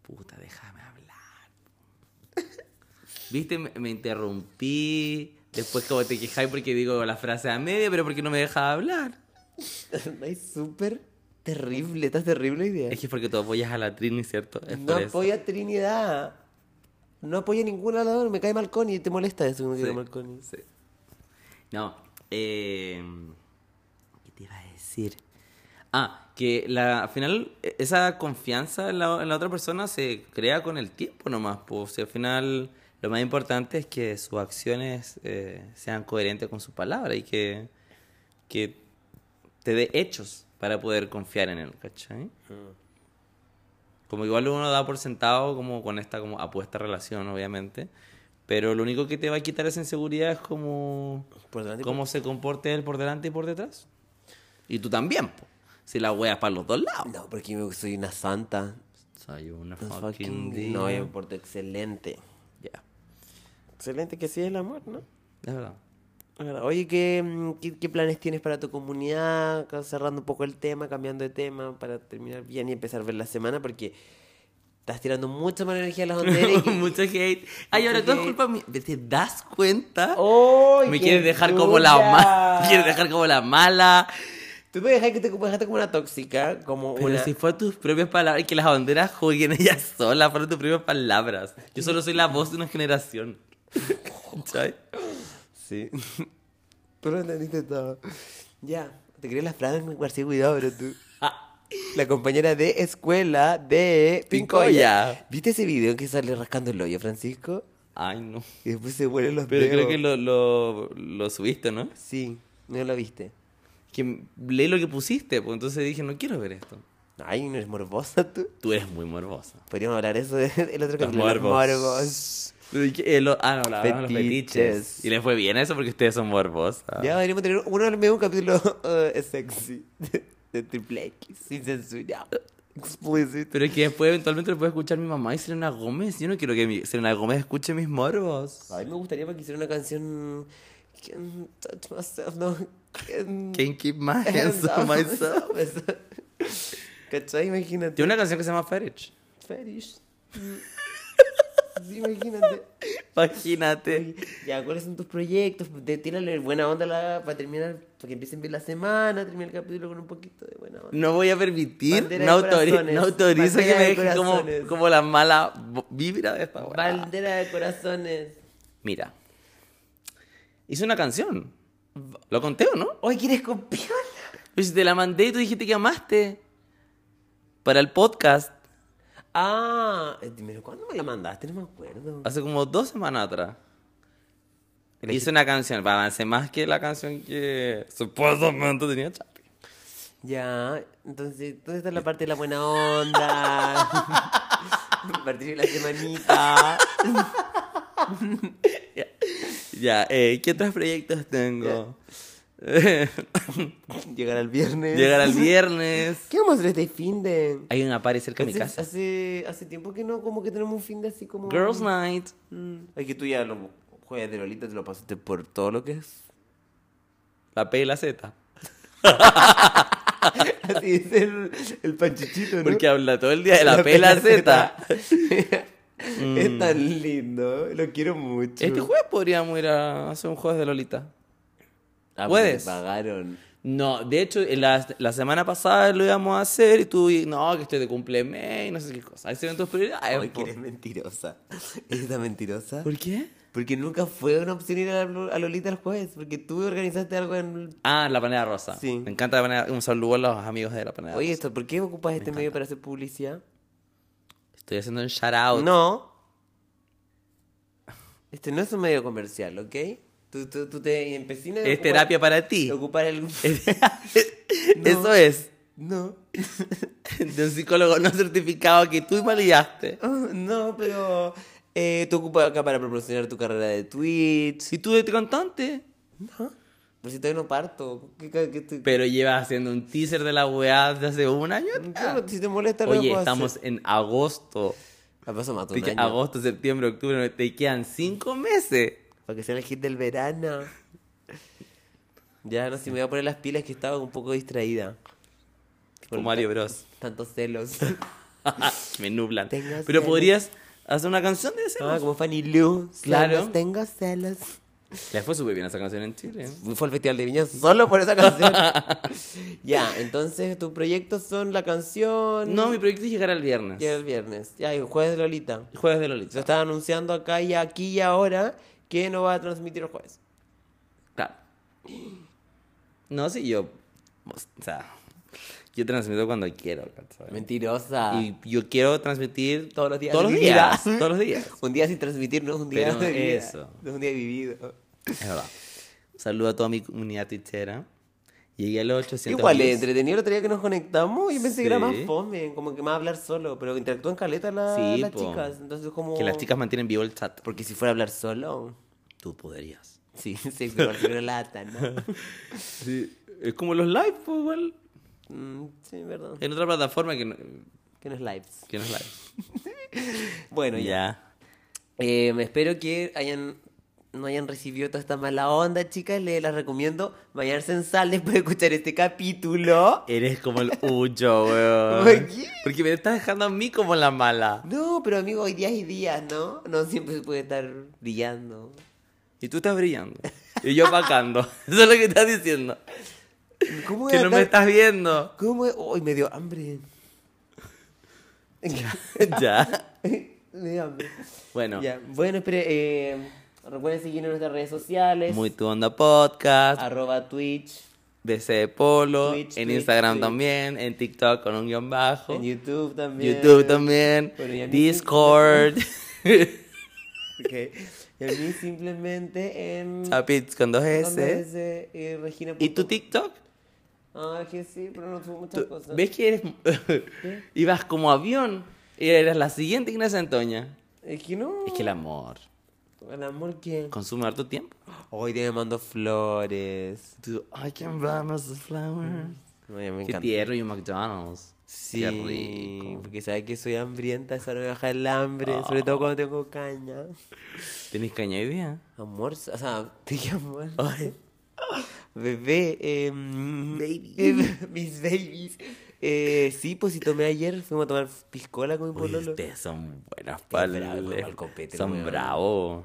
Speaker 1: Puta, déjame hablar. Viste, me, me interrumpí. Después como te quejáis porque digo la frase a media, pero porque no me dejas hablar.
Speaker 2: es súper terrible, estás terrible idea.
Speaker 1: Es que es porque tú apoyas a la Trini, ¿cierto? Es
Speaker 2: No
Speaker 1: por eso.
Speaker 2: apoya a Trinidad. No apoya a ningún hablador, me cae mal Connie, te molesta eso que me cae mal Connie.
Speaker 1: Sí. No, eh, ¿Qué te iba a decir? Ah, que la, al final e- esa confianza en la, en la otra persona se crea con el tiempo nomás. Pues, si al final lo más importante es que sus acciones eh, sean coherentes con sus palabras y que, que te dé hechos para poder confiar en él, ¿cachai? Como igual uno da por sentado como con esta como apuesta relación, obviamente. Pero lo único que te va a quitar esa inseguridad es como
Speaker 2: Por delante,
Speaker 1: cómo se comporte él por delante y por detrás. Y tú también, po. si la weas para los dos
Speaker 2: por-
Speaker 1: lados.
Speaker 2: Ah, No, porque yo soy una santa.
Speaker 1: Soy una
Speaker 2: Un
Speaker 1: fucking,
Speaker 2: fucking-
Speaker 1: diva.
Speaker 2: No, yo me porto excelente.
Speaker 1: Oh, Ya,
Speaker 2: Excelente que sí es el amor, ¿no?
Speaker 1: es verdad.
Speaker 2: Ahora, Oye, ¿qué, mm, qué, qué planes tienes para tu comunidad? Ca- Cerrando un poco el tema, cambiando de tema para terminar bien y empezar a ver la semana porque estás tirando mucha mala energía a las banderas. y-
Speaker 1: Mucho hate. Ay, ahora
Speaker 2: Mucho
Speaker 1: todo es
Speaker 2: hate.
Speaker 1: culpa mía. ¿Te das cuenta?
Speaker 2: ¡Ay,
Speaker 1: Me
Speaker 2: qué
Speaker 1: quieres dejar como la
Speaker 2: dura!
Speaker 1: mala. Quieres dejar como la mala.
Speaker 2: Tú me dejaste que te me dejaste como una tóxica, como
Speaker 1: Pero
Speaker 2: una...
Speaker 1: si fue tus propias palabras, que las banderas jueguen ellas solas, fueron tus propias palabras. Yo solo soy la voz de una generación. ¿Cachai?
Speaker 2: Sí. Tú lo entendiste todo. Ya, te crees la frase en García Cuidado, pero tú...
Speaker 1: Ah,
Speaker 2: La compañera de escuela de
Speaker 1: Pincoya.
Speaker 2: Pincoya. ¿Viste ese video que sale rascando el hoyo, Francisco?
Speaker 1: Ay, no.
Speaker 2: Y después se vuelven los
Speaker 1: Pero creo
Speaker 2: dedos.
Speaker 1: que lo, lo, lo subiste, ¿no?
Speaker 2: Sí, no lo viste.
Speaker 1: Que leí lo que pusiste, pues entonces dije, no quiero ver esto.
Speaker 2: Ay, no eres morbosa tú.
Speaker 1: Tú eres muy morbosa.
Speaker 2: Podríamos hablar eso del otro
Speaker 1: Los
Speaker 2: capítulo. los
Speaker 1: morbos.
Speaker 2: morbos.
Speaker 1: Pero, ¿y qué? Eh, lo- ah, no, la verdad, los
Speaker 2: Fetiches.
Speaker 1: fetiches. Y les fue bien a eso porque ustedes son morbosas.
Speaker 2: Ya deberíamos tener uno al medio un capítulo eh, sexy de, de Triple X, sin censura. Explicit.
Speaker 1: Pero es que después eventualmente lo puede escuchar mi mamá y Selena Gómez. Yo no quiero que mi- Selena Gómez escuche mis morbos.
Speaker 2: A mí me gustaría que hiciera una canción. Can't touch myself, no. Can't,
Speaker 1: Can't keep my
Speaker 2: hands
Speaker 1: hands on
Speaker 2: off
Speaker 1: myself.
Speaker 2: myself. ¿Cachai? Imagínate.
Speaker 1: Tiene una canción que se llama Fetish.
Speaker 2: Fetish. Sí, imagínate.
Speaker 1: Imagínate.
Speaker 2: Ya, ¿cuáles son tus proyectos? De- Tírale buena onda a la- para terminar, para que empiecen bien la semana, terminar el capítulo con un poquito de buena onda.
Speaker 1: No voy a permitir,
Speaker 2: Bandera
Speaker 1: no,
Speaker 2: de
Speaker 1: autori-
Speaker 2: corazones.
Speaker 1: no autorizo que
Speaker 2: Bandera
Speaker 1: me
Speaker 2: de
Speaker 1: dejes como,
Speaker 2: corazones.
Speaker 1: como la mala bo- vibra de esta weá.
Speaker 2: Bandera de corazones.
Speaker 1: Mira, hice una canción. Lo conté, ¿o no?
Speaker 2: Hoy quieres con piola.
Speaker 1: Pues te la mandé y tú dijiste que amaste. Para el podcast,
Speaker 2: Ah, eh, pero ¿cuándo me la mandaste? No me acuerdo.
Speaker 1: hace como dos semanas atrás. Hice una canción, avancé más que la canción que supuestamente tenía Charlie.
Speaker 2: Ya, entonces, ¿dónde está la parte de la buena onda? Partir de la semanita.
Speaker 1: Ya, eh, ¿qué otros proyectos tengo?
Speaker 2: Llegar al viernes.
Speaker 1: Llegar al viernes.
Speaker 2: ¿Qué vamos a hacer este fin de...?
Speaker 1: Hay una party cerca de mi
Speaker 2: Hace-
Speaker 1: casa.
Speaker 2: Hace, hace tiempo que no, como que tenemos un fin de así como...
Speaker 1: Girls Night.
Speaker 2: Mm, Es que tú ya lo juegas de Lolita, te lo pasaste por todo lo que es.
Speaker 1: La P y la Z.
Speaker 2: Así es el, el panchichito, ¿no?
Speaker 1: Porque habla todo el día de la P y la Z.
Speaker 2: es tan lindo, lo quiero mucho.
Speaker 1: Este jueves podríamos ir a hacer un jueves de Lolita.
Speaker 2: Ah,
Speaker 1: ¿Puedes?
Speaker 2: porque me pagaron.
Speaker 1: No, de hecho, en la, la semana pasada lo íbamos a hacer y tú, y, no, que estoy de cumpleaños y no sé qué cosa. Ahí se ven tus prioridades.
Speaker 2: Ay,
Speaker 1: po.
Speaker 2: que eres mentirosa. Eres tan mentirosa.
Speaker 1: ¿Por qué?
Speaker 2: Porque nunca fue una opción ir a Lo- a Lolita el jueves. Porque tú organizaste algo en.
Speaker 1: Ah, la panera rosa.
Speaker 2: Sí.
Speaker 1: Me encanta la panera. Un saludo a los amigos de la panera
Speaker 2: Oye,
Speaker 1: rosa.
Speaker 2: esto, ¿por qué ocupas este medio para hacer publicidad?
Speaker 1: Estoy haciendo un shout out.
Speaker 2: No. Este no es un medio comercial, ¿ok? Tú, tú, tú te empecinas. en
Speaker 1: es
Speaker 2: ocupar-
Speaker 1: terapia para ti.
Speaker 2: Ocupar el. No.
Speaker 1: Eso es.
Speaker 2: No.
Speaker 1: De un psicólogo no certificado que tú validaste.
Speaker 2: No, pero. Eh, tú ocupas acá para proporcionar tu carrera de Twitch.
Speaker 1: Si tú eres cantante.
Speaker 2: Pero si todavía no parto. ¿qué ca- qué te-
Speaker 1: Pero llevas haciendo un teaser de la weá desde hace un año.
Speaker 2: Claro, si te molesta, lo
Speaker 1: Oye,
Speaker 2: puedo hacer.
Speaker 1: estamos en agosto.
Speaker 2: La paso más un
Speaker 1: Picha,
Speaker 2: año.
Speaker 1: agosto, septiembre, octubre, te quedan cinco meses.
Speaker 2: Para que sea el hit del verano. Ya, no sé, me voy a poner las pilas que estaba un poco distraída.
Speaker 1: Como Mario Bros.
Speaker 2: Tantos celos.
Speaker 1: Me nublan.
Speaker 2: Tengo
Speaker 1: Pero
Speaker 2: celos.
Speaker 1: podrías hacer una canción de
Speaker 2: Ah,
Speaker 1: celos.
Speaker 2: como Fanny Lu.
Speaker 1: Claro.
Speaker 2: Celos, tengo celos.
Speaker 1: Le fue súper bien esa canción en Chile.
Speaker 2: Fue al Festival de Viña solo por esa canción. ya, entonces tus proyectos son la canción.
Speaker 1: No, mi proyecto es llegar al viernes.
Speaker 2: Y el viernes. Ya, y el jueves de Lolita.
Speaker 1: Jueves de
Speaker 2: Se
Speaker 1: Lolita.
Speaker 2: está anunciando acá y aquí y ahora que no va a transmitir el jueves.
Speaker 1: Claro. No, sí, yo. O sea, yo transmito cuando quiero. ¿sabes?
Speaker 2: Mentirosa.
Speaker 1: Y yo quiero transmitir
Speaker 2: Todos los días
Speaker 1: Todos
Speaker 2: de
Speaker 1: los
Speaker 2: mi vida.
Speaker 1: días. Todos los días.
Speaker 2: Un día sin transmitir no es un día
Speaker 1: Pero
Speaker 2: de vida,
Speaker 1: eso.
Speaker 2: No es un día vivido.
Speaker 1: Es verdad. Saludo a toda mi comunidad twitchera. Llegué a los 800.
Speaker 2: Igual,
Speaker 1: views.
Speaker 2: es entretenido el otro día que nos conectamos. Yo pensé que era más
Speaker 1: Sí.
Speaker 2: fome, como que más hablar solo. Pero interactúan caleta la-
Speaker 1: Sí,
Speaker 2: las
Speaker 1: po.
Speaker 2: chicas. Entonces, como.
Speaker 1: Que las chicas mantienen vivo el chat.
Speaker 2: Porque si fuera a hablar solo.
Speaker 1: Tú podrías.
Speaker 2: Sí, sí, pero primero lata, ¿no?
Speaker 1: Sí, es como los live, pues, igual.
Speaker 2: Mm, sí, verdad.
Speaker 1: En otra plataforma que no,
Speaker 2: Que no es lives.
Speaker 1: que no es live.
Speaker 2: Bueno, ya. Eh, espero que hayan no hayan recibido toda esta mala onda, chicas. Les las recomiendo bañarse en sal después de escuchar este capítulo.
Speaker 1: Eres como el Ucho, weón.
Speaker 2: ¿Por qué?
Speaker 1: Porque me estás dejando a mí como la mala.
Speaker 2: No, pero amigo, hay días y días, ¿no? No siempre se puede estar brillando.
Speaker 1: Y tú estás brillando. Y yo pacando. Eso es lo que estás diciendo.
Speaker 2: ¿Cómo voy
Speaker 1: Que
Speaker 2: a
Speaker 1: no me
Speaker 2: estar-
Speaker 1: estás viendo.
Speaker 2: ¿Cómo? es? Uy, me dio hambre.
Speaker 1: ya.
Speaker 2: me dio hambre.
Speaker 1: Bueno.
Speaker 2: Ya. Bueno, espere, eh, recuerden seguirnos en nuestras redes sociales.
Speaker 1: Muy tu onda podcast.
Speaker 2: Arroba Twitch,
Speaker 1: DC de Polo.
Speaker 2: Twitch,
Speaker 1: en
Speaker 2: Twitch,
Speaker 1: Instagram
Speaker 2: Twitch.
Speaker 1: también. En TikTok con un guión bajo.
Speaker 2: en YouTube también.
Speaker 1: YouTube también.
Speaker 2: Bueno, y a mí-
Speaker 1: Discord.
Speaker 2: Ok. Y a mí simplemente en...
Speaker 1: Chapits con dos S.
Speaker 2: S. Y Regina.
Speaker 1: ¿Y tu TikTok?
Speaker 2: Ah, que sí, pero no tuvo muchas
Speaker 1: Tú-
Speaker 2: cosas.
Speaker 1: ¿Ves que eres... Ibas como avión. Y eras la siguiente Ignacia Antoña.
Speaker 2: Es que no.
Speaker 1: Es que el amor
Speaker 2: El amor que.
Speaker 1: consume harto tiempo.
Speaker 2: Hoy te mando flores.
Speaker 1: Tú, I can buy myself flowers.
Speaker 2: Ay, me
Speaker 1: Qué
Speaker 2: Mm. encanta.
Speaker 1: tierno y un McDonald's.
Speaker 2: Sí,
Speaker 1: Qué rico.
Speaker 2: porque sabes que soy hambrienta, esa no me baja el hambre, sobre todo cuando tengo caña.
Speaker 1: ¿Tenés caña hoy día?
Speaker 2: Amor, o sea, te dije amor. Bebé, eh, baby. mis babies. Eh, sí, pues si tomé ayer, fuimos a tomar piscola con mi
Speaker 1: Uy,
Speaker 2: pololo.
Speaker 1: ustedes son buenas
Speaker 2: bravo,
Speaker 1: palabras.
Speaker 2: al copete,
Speaker 1: son
Speaker 2: weón.
Speaker 1: bravos.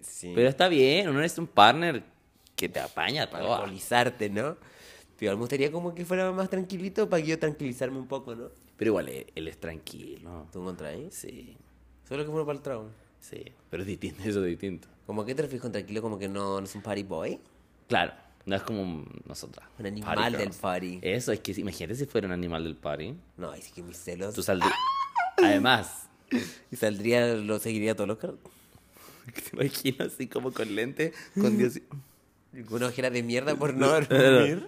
Speaker 2: Sí.
Speaker 1: Pero está bien, uno es un partner que te apaña
Speaker 2: para
Speaker 1: todo.
Speaker 2: alcoholizarte, ¿no? Pero me gustaría como que fuera más tranquilito para que yo tranquilizarme un poco, ¿no?
Speaker 1: Pero igual, él, él es tranquilo.
Speaker 2: ¿Tú eh? encontrás?
Speaker 1: Sí,
Speaker 2: Solo que bueno para el trago.
Speaker 1: sí. Pero es distinto, eso es distinto.
Speaker 2: ¿Cómo que te refieres con tranquilo? Como que no, no es un party boy.
Speaker 1: Claro, no es como nosotras.
Speaker 2: Un animal
Speaker 1: Party
Speaker 2: del
Speaker 1: girls.
Speaker 2: party.
Speaker 1: Eso, es que imagínate si fuera un animal del party.
Speaker 2: No, es que mis celos.
Speaker 1: Tú saldrías. Además,
Speaker 2: Y saldría, lo seguiría a todos los carros.
Speaker 1: te imagino así como con lente, con Dios.
Speaker 2: Una ojera de mierda por no dormir.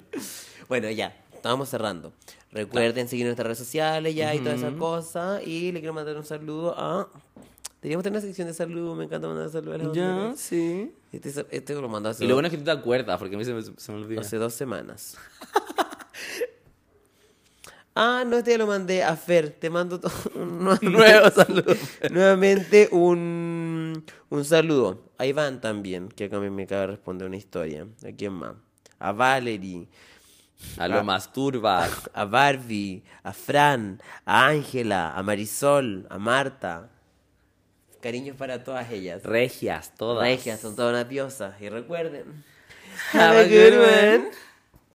Speaker 2: bueno, ya, estábamos cerrando. Recuerden seguir nuestras redes sociales ya y todas esas cosas. Y le quiero mandar un saludo a. Deberíamos tener una sección de saludo, me encanta mandar saludos a las mujeres.
Speaker 1: sí.
Speaker 2: Este, este lo mandó hace,
Speaker 1: Y lo bueno es que tú te acuerdas, porque a mí se me, se me olvida.
Speaker 2: hace dos semanas. ah, no, este ya lo mandé a Fer. Te mando to- nuevamente,
Speaker 1: Nuevo saludo.
Speaker 2: nuevamente un, un saludo. A Iván también, que acá me, me acaba de responder una historia. ¿A quién más? A Valerie,
Speaker 1: A
Speaker 2: Ah.
Speaker 1: lo masturbas.
Speaker 2: a Barbie, a Fran, a Ángela, a Marisol, a Marta. Cariños para todas ellas.
Speaker 1: Regias, todas.
Speaker 2: Regias, son todas unas diosas. Y recuerden.
Speaker 1: Have a good one.